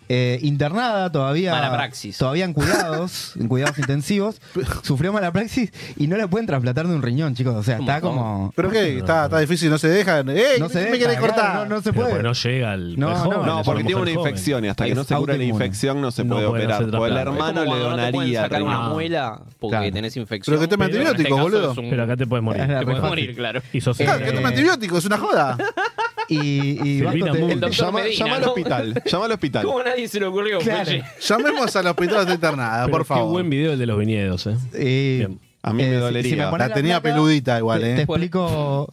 eh, internada todavía. Malapraxis. Todavía en *laughs* cuidados, en cuidados intensivos. Sufrió malapraxis y no la pueden trasplantar de un riñón, chicos. O sea, está como. ¿Pero qué? Está, está difícil, no se dejan. ¡Ey! No se me deja, querés claro, cortar! No, no se Pero puede. porque no llega al. No, al joven, no, es no, No, porque tiene una una mujer joven. infección y hasta que Es no se cura la autoinmune. infección no se No puede pueden operar. hacer O el trasplante. Es hermano como le cuando no te pueden donaría. sacar riñón. una muela porque Claro. tenés infección. Pero que tomen en este antibióticos, caso boludo. es un- Pero acá te puedes morir. Es la Te re puedes fácil. morir, claro. Y sos Claro, que Eh, toma antibióticos, es una joda. *laughs* Y, y Silvina Vasco, te- Moon. El doctor Llama, Medina, llama al ¿no? hospital. Llama al *laughs* hospital. ¿Cómo a nadie se le ocurrió? Claro. Fue- Llamemos al hospital de internada, Pero por favor. Qué buen video el de los viñedos, eh. eh, Bien. A mí eh, me si- dolería. si me pones La tenía eh. placa, ¿eh? peludita igual, te- Te ¿eh? explico.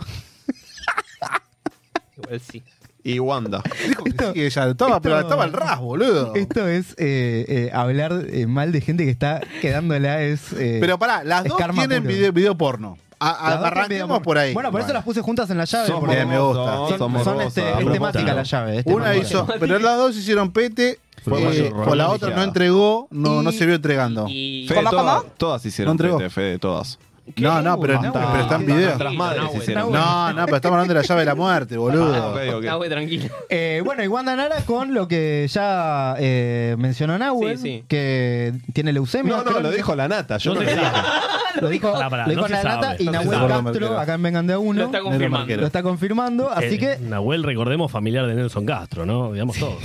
Igual sí. y Wanda. *laughs* Y ella estaba, pero Esto- estaba al ras, boludo. *laughs* Esto es eh, eh, hablar eh, mal de gente que está quedándola es. eh, Pero pará, las es dos karma tienen puro. video, video porno. A- a- Las dos tienen video arranquemos porno. por ahí. Bueno, por eso las puse juntas en la llave. Somos porque- Bien, me gusta. Son, Somos son hermosas, este, a es propósito. temática la llave. este es Una temática. hizo, pero las dos hicieron pete. Fue eh, mayor por la romanizada. otra no entregó, no, no se vio entregando. Fede, todas- Todas No hicieron entregó. Fede, Fede, todas. Ah, No, no, pero, Basta. pero está en video. Nuestras madres hicieron. No, no, pero estamos hablando de la llave de la muerte, Ah, boludo. ok, ok. Nahue, tranquilo. Eh, bueno, y Wanda Nara con lo que ya eh, mencionó Nahuel, Sí, sí. que tiene leucemia. No, no, crónica. lo dijo la nata. Yo no se lo sabe. dije. Ah, Lo dijo, Pará, Ah, pará, lo dijo no se la sabe. nata y No se Nahuel sabe. Castro, acá en Vengan de a Uno, Lo está confirmando. lo está confirmando, así Eh, que Nahuel, recordemos, familiar de Nelson Castro, ¿no? Digamos todo.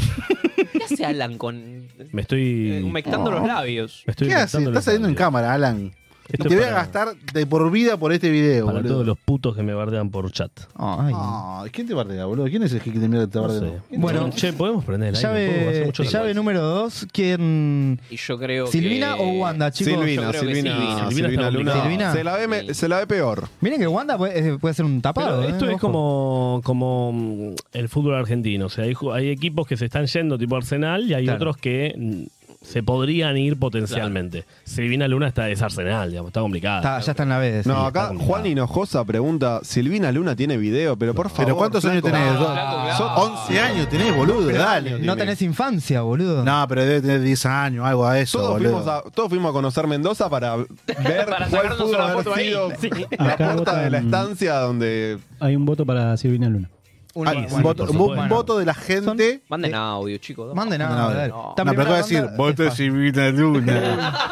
¿Qué hace Alan con. eh, Me estoy. humectando los labios? Me estoy ¿Qué haces? humectando Estás los saliendo en labios. cámara, Alan. Esto te es voy a para- gastar de por vida por este video, Para boludo. todos los putos que me bardean por chat. Ay. Ay, ¿Quién te bardea, boludo? ¿Quién es el que de mierda que te bardea? sé. ¿Quién te Bueno, bardea? Che, podemos prender el aire un poco? Hace llave, mucho llave calor. número dos, ¿quién? Y yo creo ¿Silvina que. o Wanda, chicos? Silvina, Yo creo que Silvina, Silvina. Silvina, Silvina está Luna. complicada. Se la ve, me- se la ve peor. Miren que Wanda puede, eh, puede ser un Pero tapado. esto ¿eh? es Ojo. como, como mm, el fútbol argentino. O sea, hay, ju- hay equipos que se están yendo, tipo Arsenal, y hay Claro. otros que mm, se podrían ir potencialmente. Silvina Luna está es Arsenal, digamos, está complicada. Está- ya está en la B. sí. No, acá Juan Hinojosa pregunta, Silvina Luna tiene video, pero por favor. ¿Pero cuántos años flaco. tenés? Ah, Son 11 años tenés, boludo, Pero dale. No tenés infancia, boludo. No, pero debe tener 10 años, algo a eso, Todos boludo. fuimos, a, todos fuimos a conocer Mendoza para ver Para cuál sacarnos pudo una haber foto ahí. sido Sí. la Acá puerta de la votan- estancia donde... Hay un voto para Silvina Luna. Un, Ah, un voto, por un supuesto. voto de la gente. Manden audio, chicos. Manden No, nada. dale. no, pero Esta te primera voy a decir, ronda- voto de Silvina Luna.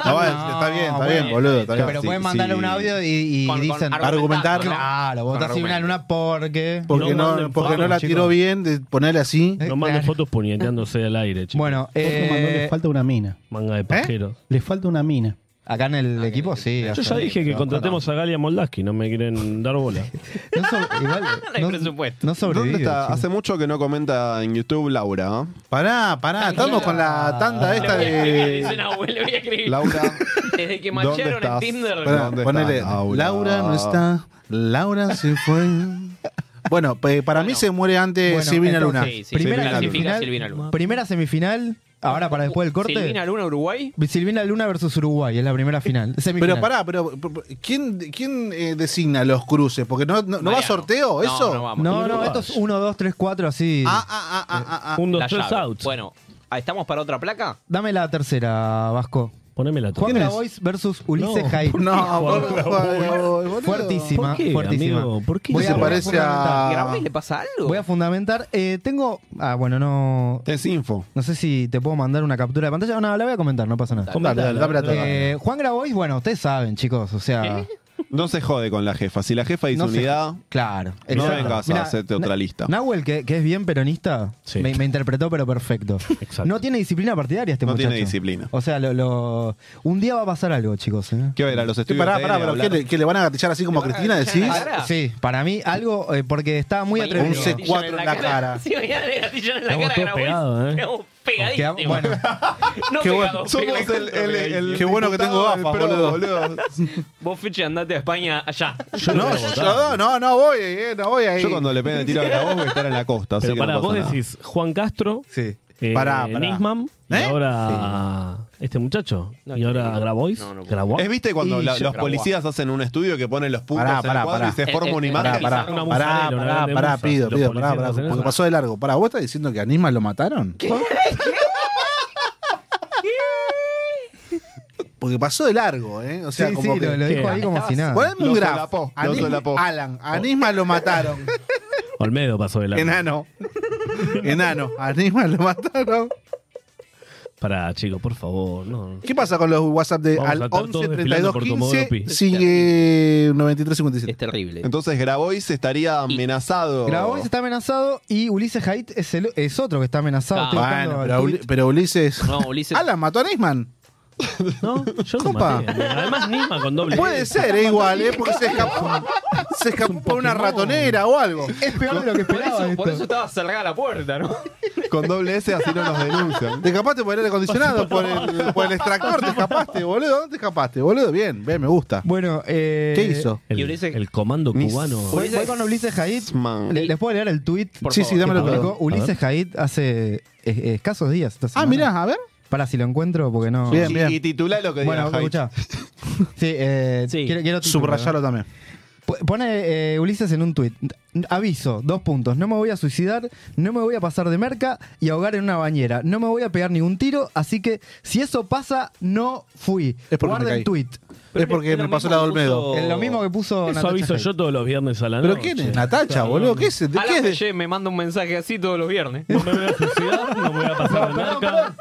No, va, está bien, está bueno, bien, boludo. Está bien. Pero Sí, pueden sí. mandarle un audio y, y Con- con dicen. argumentar, Argumentar. ¿no? Claro, vota Con Silvina argumento. Luna porque. Porque No no, manden porque no fotos, la chicos. tiró bien, de ponerle así. Eh, No manden fotos puñeteándose al aire, chicos. eh, Bueno, Otro mandó, le eh, falta una mina. Manga de pajero. Le falta una mina. acá en Ah, el equipo sí. Yo hacen ya dije que eso. contratemos a Galia Moldaski, no me quieren *laughs* dar bola. No so- igual, hay no- presupuesto. No ¿Dónde sobrevive. está? chicos. Hace mucho que no comenta en YouTube Laura. ¿eh? Pará, pará, estamos con la tanda Le voy esta a escribir, *laughs* dice de. Nahue, le voy a escribir. Laura, Desde que ¿dónde macharon en estás? Tinder. Pará, Pará, ¿Dónde ponele, está Laura? Laura no está, Laura se fue. *laughs* Bueno, pe- para mí se muere antes Bueno, Silvina entonces, Luna. Sí, sí, primera Silvina Luna. semifinal. Silvina Luna. Primera semifinal. Ahora para después del corte. Silvina Luna, Uruguay. Silvina Luna versus Uruguay es la primera final. semifinal. Pero pará, pero pero, ¿quién, quién eh, designa los cruces? Porque no, no, ¿no va Mariano. sorteo No, eso. no vamos. No, no, esto es 1, 2, 3, 4, así. Ah, ah, ah, ah, ah, ah. Un, dos, La tres llave. out. Bueno, ah, ¿estamos para otra placa? Dame la tercera, Vasco. Poneme la Juan tuya. Grabois versus Ulises Jai. No, Por por favor. favor, boludo. Fuertísima, ¿Por qué, fuertísima. amigo? ¿Por qué Voy se a, voy a parece a- fundamentar. ¿Grabois le pasa algo? Voy a fundamentar. Eh, tengo. Ah, bueno, no. Es info. No sé si te puedo mandar una captura de pantalla. No, la voy a comentar, no pasa nada. Dale, dale, dámela toda. Eh, Juan Grabois, bueno, ustedes saben, chicos. O sea. No se jode con la jefa. Si la jefa dice no sé- unidad, claro. vengas a hacerte otra lista. Nahuel, que, que es bien peronista, Sí. me, me interpretó, pero perfecto. Exacto. No tiene disciplina partidaria este No muchacho. tiene disciplina. O sea, lo, lo- un día va a pasar algo, chicos. ¿eh? ¿qué va a ir a los Sí, estudios? pará, de pará, TN a pero ¿qué hablar? le, qué le van a gatillar así como a Cristina? gatillar en Decís la cara? Sí, para mí algo, eh, porque estaba muy atrevido. un sec- C4 en la cara. Sí, mañana le gatillan en la Estamos cara. todos pegados, ¿eh? Estamos Queda- pegadísimos. ah, bueno, *laughs* no qué bueno. pegados, Somos pegadísimos. el, el, el- el Qué bueno que tengo diputado del gafas, pro, boludo. Vos, Feche, andate a España allá. Yo No, yo, yo- no, no voy, eh, no voy ahí. Yo cuando le peguen el tiro a la voz voy a estar en la costa. Pero así que pará, no pasa vos nada. decís Juan Castro, sí. eh, Pará, pará. Nisman, y ¿Eh? ahora este muchacho, No, y ahora no, Grabois. no, no, no. Grabois. ¿Es viste cuando Y la- yo- los policías hacen un estudio que ponen los puntos Pará, en el pará, cuadro pará. y se forma una eh, imagen? Pará, pará, Una pará, musarela, una pará, grande pará, musa. pido, Los pido, pará, policías pará, hacen porque eso. pasó de largo. Pará, ¿vos estás diciendo que a Nisman lo mataron? Porque pasó de largo, ¿eh? O sea, sí, como sí, que... lo, lo dijo ¿Qué? ahí como si nada. Poneme un Lo graf. solapó, A lo Nisman- solapó. Alan, a Nisman lo mataron. Olmedo pasó de la. Enano. Enano. A Nisman lo mataron. Pará, chicos, por favor. No. ¿Qué pasa con los WhatsApp de Vamos a al estar todos 11 desfilando 32 por 15? Comodoro Pi. Sigue 93 Es 57. terrible. Entonces Grabois estaría amenazado. Grabois está amenazado y Ulises Haidt es, el- es otro que está amenazado. Ah, Estoy buscando Bueno, el pero, *laughs* tweet. Uli- pero Ulises. No, Ulises. Alan mató a Nisman. No, yo no Copa. maté. Además, Nima con doble. Puede ser, eh, igual, eh, porque se escapó, se escapó por una ratonera o algo. Es peor de lo que Por eso, por eso estaba cerrada la puerta, ¿no? Con doble S así no nos denuncian. Te escapaste por el aire acondicionado, por el, por el extractor, te escapaste, boludo. ¿Dónde te escapaste, boludo? Bien, bien, me gusta. Bueno, eh, ¿Qué hizo? El, Y Ulises- el comando Ni cubano. Fue, fue con Ulises Jaid. Man. Le- ¿Les puedo leer el tweet? Por Sí, favor. sí, dámelo que todo. publicó A ver. Ulises Jaid hace eh, eh, escasos días. esta Ah, semana. mirá, a ver. Para si lo encuentro, porque no. *laughs* Bien, bien. Y titula lo que Bueno, diga. Hyde. escuchá. *laughs* Sí, eh, Sí. quiero, quiero título, Subrayalo ¿verdad? también. P- Pone eh, Ulises en un tuit. N- Aviso, dos puntos. No me voy a suicidar, no me voy a pasar de merca y ahogar en una bañera. No me voy a pegar ningún tiro, así que si eso pasa, no fui. Es porque me Guarda caí. el tuit. Es porque es me lo pasó mismo la que Olmedo. puso- Es lo mismo que puso Oh. Eso Natacha aviso Haidt. yo todos los viernes a la ¿Pero noche. quién es? Natacha, boludo. ¿Qué es? ¿De A qué la es? de- calle me manda un mensaje así todos los viernes. *laughs* No me voy a suicidar, no me voy a pasar de marca.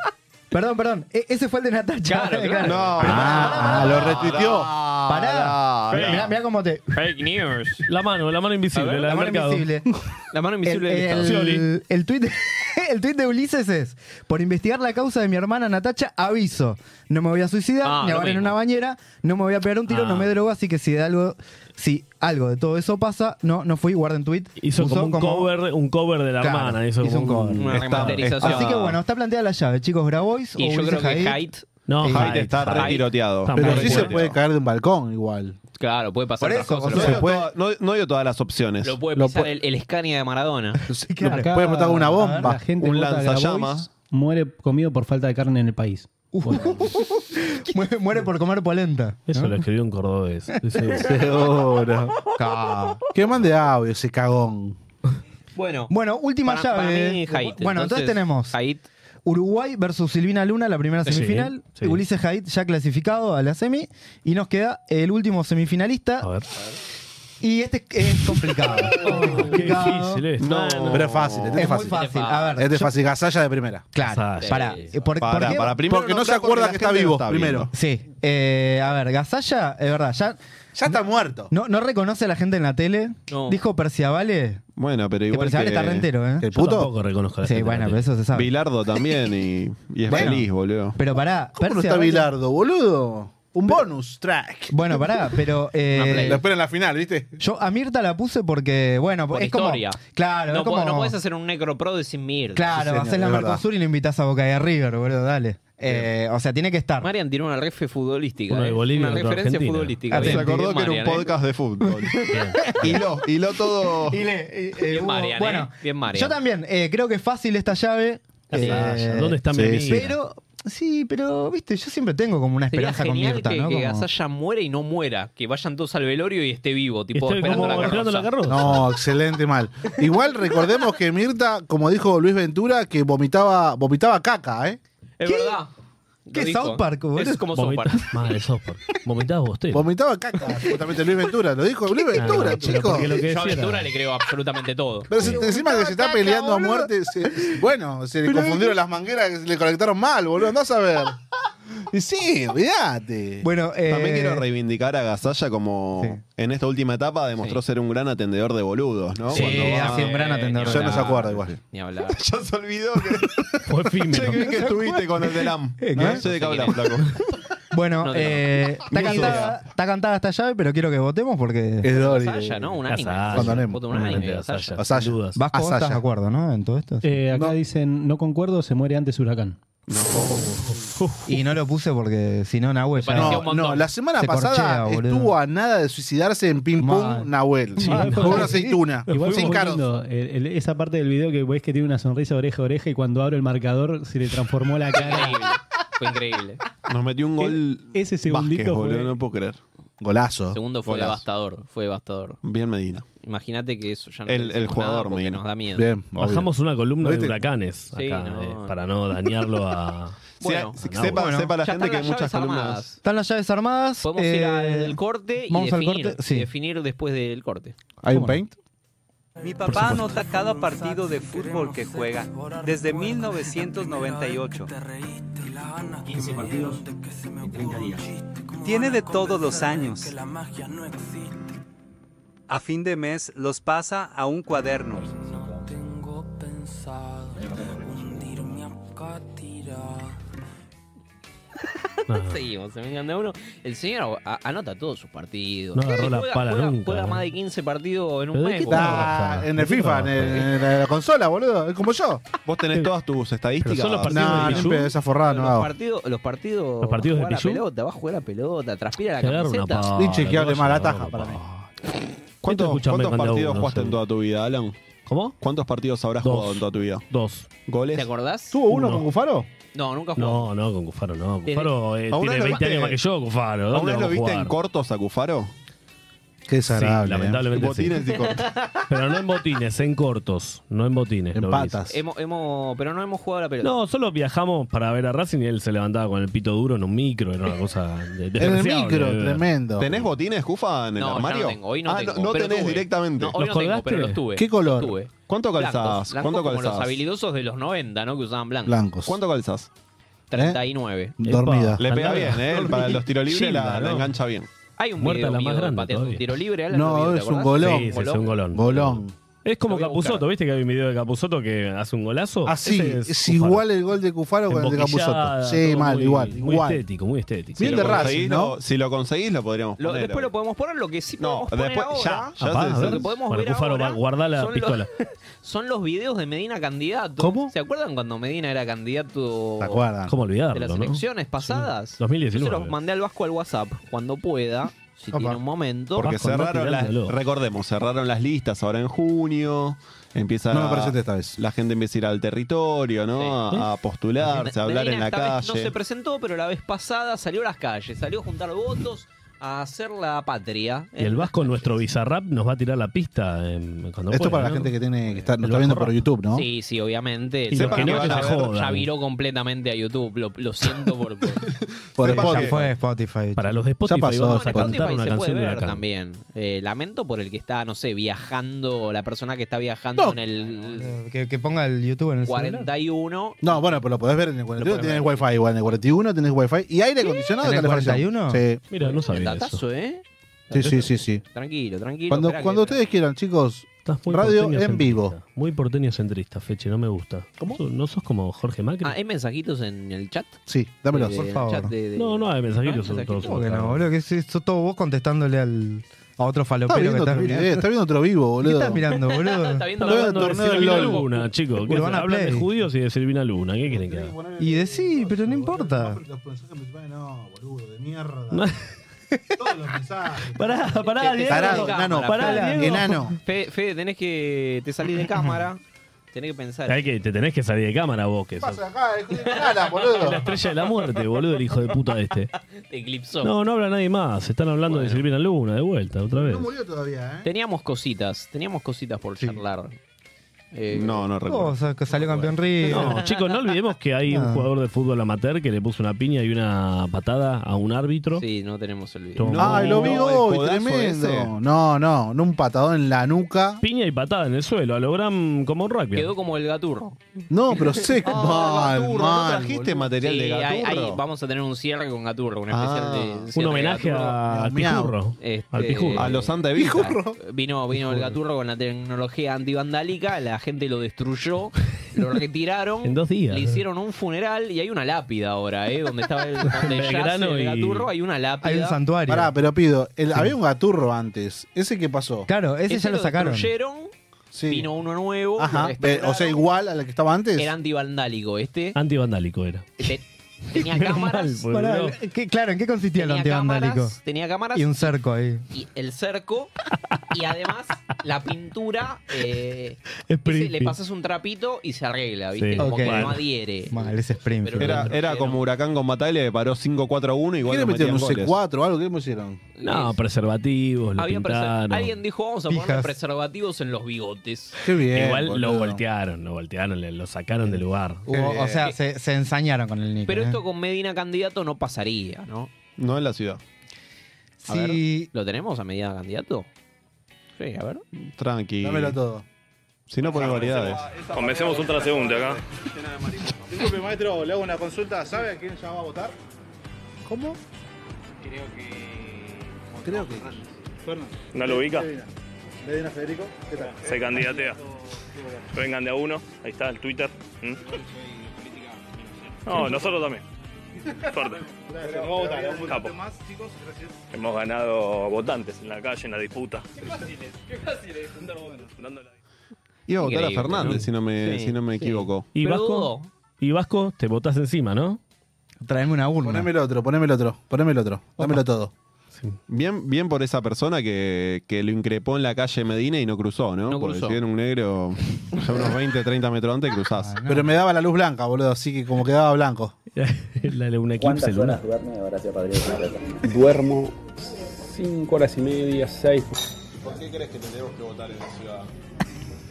Perdón, perdón. E- ese fue el de *laughs* Natacha. Claro, claro. No, Ah, lo retuiteó. Pará. Pará. Mirá, mirá cómo te. Fake news. La mano, la mano invisible, A ver, la, La del mano mercado. invisible. *laughs* La mano El, invisible del Estado. el, el tuit de- *laughs* el tuit de Ulises es: Por investigar la causa de mi hermana Natacha, aviso. No me voy a suicidar, Ah, ni lo ahogar en mismo. una bañera, no me voy a pegar un tiro, Ah. no me drogo, así que si de algo, si algo de todo eso pasa, no, no fui, guarden tuit. Hizo Puso como un cover, un cover de la Claro, hermana. Hizo, hizo como un cover. Una Está- remasterización. Así que bueno, está planteada la llave, chicos, Grabois o Y yo creo Ulises que Haidt. Hyde, No, Sí. Hyde Hyde, está Hyde. retiroteado. Está Pero muy sí se fuerte. puede caer de un balcón igual. claro, puede pasar Por otras eso, cosas. No Lo José. puede- dio, toda- no, no dio todas las opciones. Lo puede Lo pisar puede- el, el Escania de Maradona. Puede explotar una bomba. La gente Un vota a Grabois, lanzallamas. Muere comido por falta de carne en el país. *laughs* Muere, muere por comer polenta. Eso ¿no? lo escribió un cordobés. Ese- Seguro. Ca. Que mande audio ese cagón. Bueno, Bueno, última para, llave. para mí, Hyde. bueno, entonces, tenemos Hyde, Uruguay versus Silvina Luna, la primera Sí, semifinal. sí. Ulises Haid ya clasificado a la semi. Y nos queda el último A semifinalista. ver. Y este es complicado. Qué Complicado. difícil eh. es. No. Pero es fácil, este Es es muy fácil. fácil. A ver, Este es yo- fácil, Gasalla de primera. Claro, Sí. para. ¿Por, por Para, qué? para, primero Porque no está se acuerda la que está gente vivo, no primero. viendo. Sí. Eh, a ver, Gasalla, es verdad, ya Ya está muerto. no, no reconoce a la gente en la tele. No. Dijo Perciavale. Bueno, pero Que igual. Perciavale que está rentero, ¿eh? ¿El Yo puto? tampoco reconozco a la Sí, gente bueno, de la pero eso se sabe. Bilardo también y, y es Bueno. feliz, boludo. Pero pará, ¿Cómo no está Perciabale- Bilardo, boludo? Un bonus track. Bueno, pará, pero. eh, Una play. Lo espera en la final, ¿viste? yo a Mirta la puse porque, bueno, por es historia. como. Claro, no, es como. po- no puedes hacer un necropro de sin Mirta. Claro, Sí, señor, haces la es verdad. Mercosur y lo invitas a Boca de River, boludo, dale. Eh, o sea, tiene que estar. Marian tiró una refe futbolística. Uno de eh. Bolivia, una otro de referencia Argentina. futbolística. Ah, Se Bien, acordó bien, que era un Marian, eh. podcast de *laughs* fútbol. Hiló, hiló todo. Y le- y- eh, Bien hubo- Marian, bueno, eh. Bien Marian. yo también eh, creo que es fácil esta llave. eh, Gasalla, ¿Dónde está mi sí, amiga? sí. Pero, sí, pero, viste, yo siempre tengo como una Sería esperanza con genial Mirta, que, ¿no? que Como- Gasalla muera y no muera. Que vayan todos al velorio y esté vivo, tipo, Estoy esperando como la esperando la carroza. carroza. No, excelente mal. Igual recordemos que Mirta, como dijo Luis Ventura, que vomitaba, vomitaba caca, ¿eh. Es verdad. Lo ¿Qué dijo. South Park, boludo? Es como South Park. Vomitás. Madre, Software. Vomitás vos, tío. Vomitaba caca, justamente Luis Ventura. Lo dijo Luis Claro, Ventura, pero chicos. porque lo que Yo a decía Ventura era- le creo absolutamente todo. Pero se- encima que se está peleando a boludo. muerte. se- bueno, se le confundieron las mangueras que se le conectaron mal, boludo. Andás a ver. Y sí, olvídate. Bueno, eh, También quiero reivindicar a Gasalla como Sí. en esta última etapa demostró ser un gran atendedor de boludos, ¿no? Sí, Cuando va- ha sido un gran Eh, atendedor. ni Ya no se hablar, acuerda igual. Ni *laughs* hablar. Ya se olvidó que, Fue Che, efímero. que, que estuviste con el de LAM. *laughs* Eh, No sé de qué hablas, flaco. Bueno, No, no. *laughs* eh, está, Ni cantada, está cantada esta llave, pero quiero que votemos porque. Es Dori. Gasalla, ¿no? Un anime. Gasalla. Gasalla. Cuando Voto un anime, Gasalla. Gasalla. Gasalla. Sin dudas. Vasco, vos estás Asaya. de acuerdo, ¿no? En todo esto. Eh, acá dicen, no concuerdo, se muere antes Huracán. Y no lo puse porque si no, Nahuel ya. parecía No, un montón. no, la semana Se pasada corchea, boludo. estuvo a nada de suicidarse en Ping Mal. Pong Nahuel. Mal. Con *laughs* una aceituna. Igual fue Sin muy caros. lindo, el- el- esa parte del video que ves que tiene una sonrisa oreja a oreja y cuando abre el marcador se le transformó la *laughs* cara. Increíble. Fue increíble. Nos metió *laughs* un gol. Ese segundito Vázquez, boludo, fue- no puedo creer. Golazo. Segundo fue Golazo. devastador. Fue devastador. Bien Medina. Imagínate que eso ya no El- le el decimos jugador, nada porque Medina. nos da miedo. Bien, obvio. Bajamos una columna de ¿Viste? huracanes acá, Sí, no. eh, para no dañarlo a. Bueno, Se- no, sepa, bueno. sepa la Ya gente están que hay las muchas llaves columnas. armadas. Están las llaves armadas. Podemos ir eh, al corte y vamos al definir, corte, sí. y definir después del corte. ¿Hay un paint? Mi papá anota cada partido de fútbol que juega desde 1998. 15 partidos y 30 días. Tiene de todos los años. A fin de mes los pasa a un cuaderno. *laughs* Seguimos, se vengan de uno. El señor a- anota todos sus partidos. No agarró la Juega- pala juega- nunca. Juega más de 15 partidos en un ¿Pero de mes. qué boludo. Ah, en el FIFA, en, el- en la, consola, boludo. Es como yo. Vos tenés todas tus estadísticas. Son los partidos No, de no Pichu. empiezo, esa Ah, forrada no los hago. Partidos, los partidos. Los partidos de juega Pichu. la pelota, va a jugar la pelota, transpira la Te agarra una camiseta. pala, Dice que hable no, mal, no, ataja no, para mí. ¿Cuántos, Escúchame, cuántos manda partidos uno, jugaste sí. en toda tu vida, Alan? ¿Cómo? ¿Cuántos partidos habrás Dos. jugado en toda tu vida? Dos. ¿Goles? ¿Te acordás? ¿Tuvo uno con Gufaro? No, nunca jugó. No, no, con Cufaro no. Desde- Cufaro eh, ¿Alguna vez tiene lo 20 viste- años más que yo, Cufaro. ¿Alguna ¿Dónde vez lo vamos a viste jugar? en cortos a Cufaro? Qué Sí, desagradable, lamentablemente eh. Botines sí. y *laughs* cortos. Pero no en botines, en cortos. No en botines. En Hemos, hemos- pero no hemos jugado la pelota. No, solo viajamos para ver a Racing y él se levantaba con el pito duro en un micro. Era una cosa de, despreciable de ver. ¿Tenés botines, Jufa, en el No, ya armario? no tengo, hoy no Ah, tengo, no pero tenés tuve. directamente. No, hoy no tengo, pero los tuve. ¿Qué color? Los tuve. ¿Cuánto Blancos, calzás? blancos ¿Cuánto como los calzás? habilidosos de los 90, ¿no? Que usaban blancos. ¿Cuánto calzás? 39. Dormida. Le pega Andá. bien, ¿eh? Dormida. Para los tiros libres Gilda, la, la ¿no? engancha bien. Hay un Muerta video la mío más de grande pateando un todavía. tiro libre. Alan, lo vio, No, ¿te es un acordás? golón. Sí, sí, es un golón. Golón. Es como Capuzoto, ¿viste que hay un video de Capuzoto que hace un golazo? Así, Ese Ah, es, Cufaro. igual el gol de Cufaro con el de Emboquillada, Capuzoto. Sí, todo mal, muy- igual, Muy igual. estético, muy estético. Bien Si de lo Racing, conseguís, ¿no? lo- si lo conseguís, lo podríamos Lo- poner. después lo podemos poner, lo que sí No, podemos poner después- ahora, ya, ya Apá, se- a ver. lo que podemos Bueno, ver Cufaro, ahora va- guardá la son los- pistola. *laughs* son los videos de Medina candidato. ¿Cómo? ¿Se acuerdan cuando Medina era candidato ¿Se acuerdan? ¿Cómo olvidarlo, de las no? elecciones pasadas? Sí, 2019. Yo se los mandé al Vasco al WhatsApp cuando pueda, si Opa. tiene un momento. Porque cerraron las, recordemos, cerraron las listas ahora en junio. Empieza No me presente esta la gente empieza a ir al territorio, ¿no? Sí. A, a postularse, a hablar Medina en la esta vez calle. No se presentó, pero la vez pasada salió a las calles, salió a juntar votos, a hacer la patria. Y el Vasco, nuestro bizarrap, nos va a tirar la pista em, cuando Esto pueda, para la ¿no? gente que tiene que está, nos El está viendo Vasco por YouTube, ¿no? Sí, sí, obviamente. Y Lo los que no, va que a se ver, jodan. Ya viró completamente a YouTube. Lo, lo siento por. por- Por Sepan Spotify. que- Fue Spotify. Para los de Spotify pasó, vamos Este, ya a pasó. cantar una se puede canción de ver Huracán. también. Eh, lamento por el que está, no sé, viajando, la persona que está viajando en el Eh, Que, que ponga el YouTube en el celular. 41. No, bueno, pero lo podés ver en el 41, Lo podés tenés ver. wifi igual, en el 41 tenés wifi y aire acondicionado ¿En y el calefacción. 41? Sí. Mira, no sabía Datazo, ¿eh? Sí, sí, sí, sí. Tranquilo, tranquilo. Cuando, esperá que- cuando ustedes quieran, chicos, Estás muy radio porteño en vivo. centrista. Muy porteño centrista, Feche, no me gusta. ¿Cómo? ¿No sos como Jorge Macri? Ah, ¿hay mensajitos en el chat? Sí, dámelos, Eh, por el favor. chat de- de- no, no, hay mensajitos, son todos. ¿Cómo que no, boludo? Que es esto todo vos contestándole al, a otro Está falopero que viendo, estás otro, mirando. eh, está viendo otro vivo, ¿Qué boludo. *laughs* estás mirando, boludo? Está viendo Está la- viendo torneo del Silvina LOL. Luna, chicos. ¿qué hacen? Urbana Hablan de Play. judíos y de Silvina Luna. ¿Qué quieren que haga? Y decí, pero no importa. Los mensajes principales, no, boludo, de mierda. No. Todos los mensajes. *laughs* Pará, pará, Te- te Diego. salís enano, de cámara, pará, Fede. Diego. Fede, Fede, tenés que. Te salís de *laughs* cámara. Tenés que pensar. Hay que, te tenés que salir de cámara vos, que sos Pasa acá, es de Alan, *laughs* boludo. la estrella de la muerte, boludo, el hijo de puta este. Te eclipsó. No, no habla nadie más. Están hablando de Silvina Luna, de vuelta, otra vez. No murió todavía, ¿eh? Teníamos cositas, teníamos cositas por charlar. Eh, No, no recuerdo. Oh, sa- que salió campeón Río. No, chicos, no olvidemos que hay un No. jugador de fútbol amateur que le puso una piña y una patada a un árbitro. Sí, no tenemos el video. Tomó Ay, lo vi No, el hoy, codazo tremendo. ese. No, no, no un patadón en la nuca. Piña y patada en el suelo, a lo gran como un rugby. Quedó como el gaturro. No, pero seco. Ah, mal, Gaturro, ¿no mal. trajiste material Sí, de ahí, Gaturro? ahí vamos a tener un cierre con gaturro, un especial Ah, de. un Un cierre de homenaje Gaturro. a- al Miau, miau. pijurro. Este, Al pijurro. A los Santa Vino- Evita. Vino, vino el gaturro con la tecnología antivandálica, la gente lo destruyó, *laughs* lo retiraron. En dos días. Le hicieron un funeral y hay una lápida ahora, ¿eh? Donde *laughs* estaba el, donde yace Belgrano el y- gaturro, hay una lápida. Hay un santuario. Pará, pero pido, el- había un gaturro antes. ¿Ese qué pasó? Claro, ese, ya lo sacaron. destruyeron, Sí. vino uno nuevo. Ajá, lo ve- o sea, restauraron. igual a la que estaba antes. Era antivandálico este. Antivandálico era. Te- *laughs* tenía cámaras. Ah, mal, Pará, boludo. ¿qué- claro, ¿en qué consistía el tenía antivandálico? cámaras, tenía cámaras Y un cerco ahí. y el cerco y además la pintura eh, Es ese, le Springfield. pasas un trapito y se arregla, ¿viste? Sí. Como Ok. que no adhiere. Mal, ese Springfield. Pero- Era, era como Huracán con Batalla, le paró 5-4-1 ¿Qué igual le no metían metieron? ¿Un goles. C4 o algo? ¿Qué le pusieron? No, preservativos, le Había preser- pintaron. Alguien dijo, vamos a poner Pijas. preservativos en los bigotes. Qué bien. Igual lo boludo. voltearon, lo voltearon, le- lo sacaron del lugar. Hubo- o sea, se, se ensañaron con el Nico. eh, Pero eh. esto con Medina candidato no pasaría, ¿no? No en la ciudad. A Sí. ¿Lo tenemos a Medina candidato? Sí, a ver. Tranqui. Dámelo todo. Si no pone variedades. Comencemos ultra segundo acá. Disculpe, maestro, le hago una consulta. ¿Sabe a quién ya va a votar? ¿Cómo? Creo que. Creo que. Fernández. ¿No lo ubica? Medina. Medina Federico, ¿qué tal? Se candidatea. ¿Mm? Vengan de a uno, ahí está el Twitter. No, nosotros también. Suerte. Gracias, nos vamos a votar. Capo. más, chicos, gracias. Hemos ganado votantes en la calle, en la disputa. Qué fácil es juntar votos. Iba a votar a Increíble, Fernández, ¿no? si no me, Sí. si no me equivoco. Y Vasco, y Vasco, te votás encima, ¿no? *laughs* Traeme una urna. Poneme el otro, poneme el otro, poneme el otro. Dámelo todo. Bien, bien por esa persona que, que lo increpó en la calle Medina y no cruzó, ¿no? No Porque cruzó. si era un negro, ya unos 20, 30 metros antes cruzás. Pero me daba la luz blanca, boludo, así que como quedaba blanco. Dale un eclipse lunar. duerme? Ahora sí, padre, una reta. Duermo 5 horas y media, 6. ¿Por qué crees que tenemos que votar en la ciudad?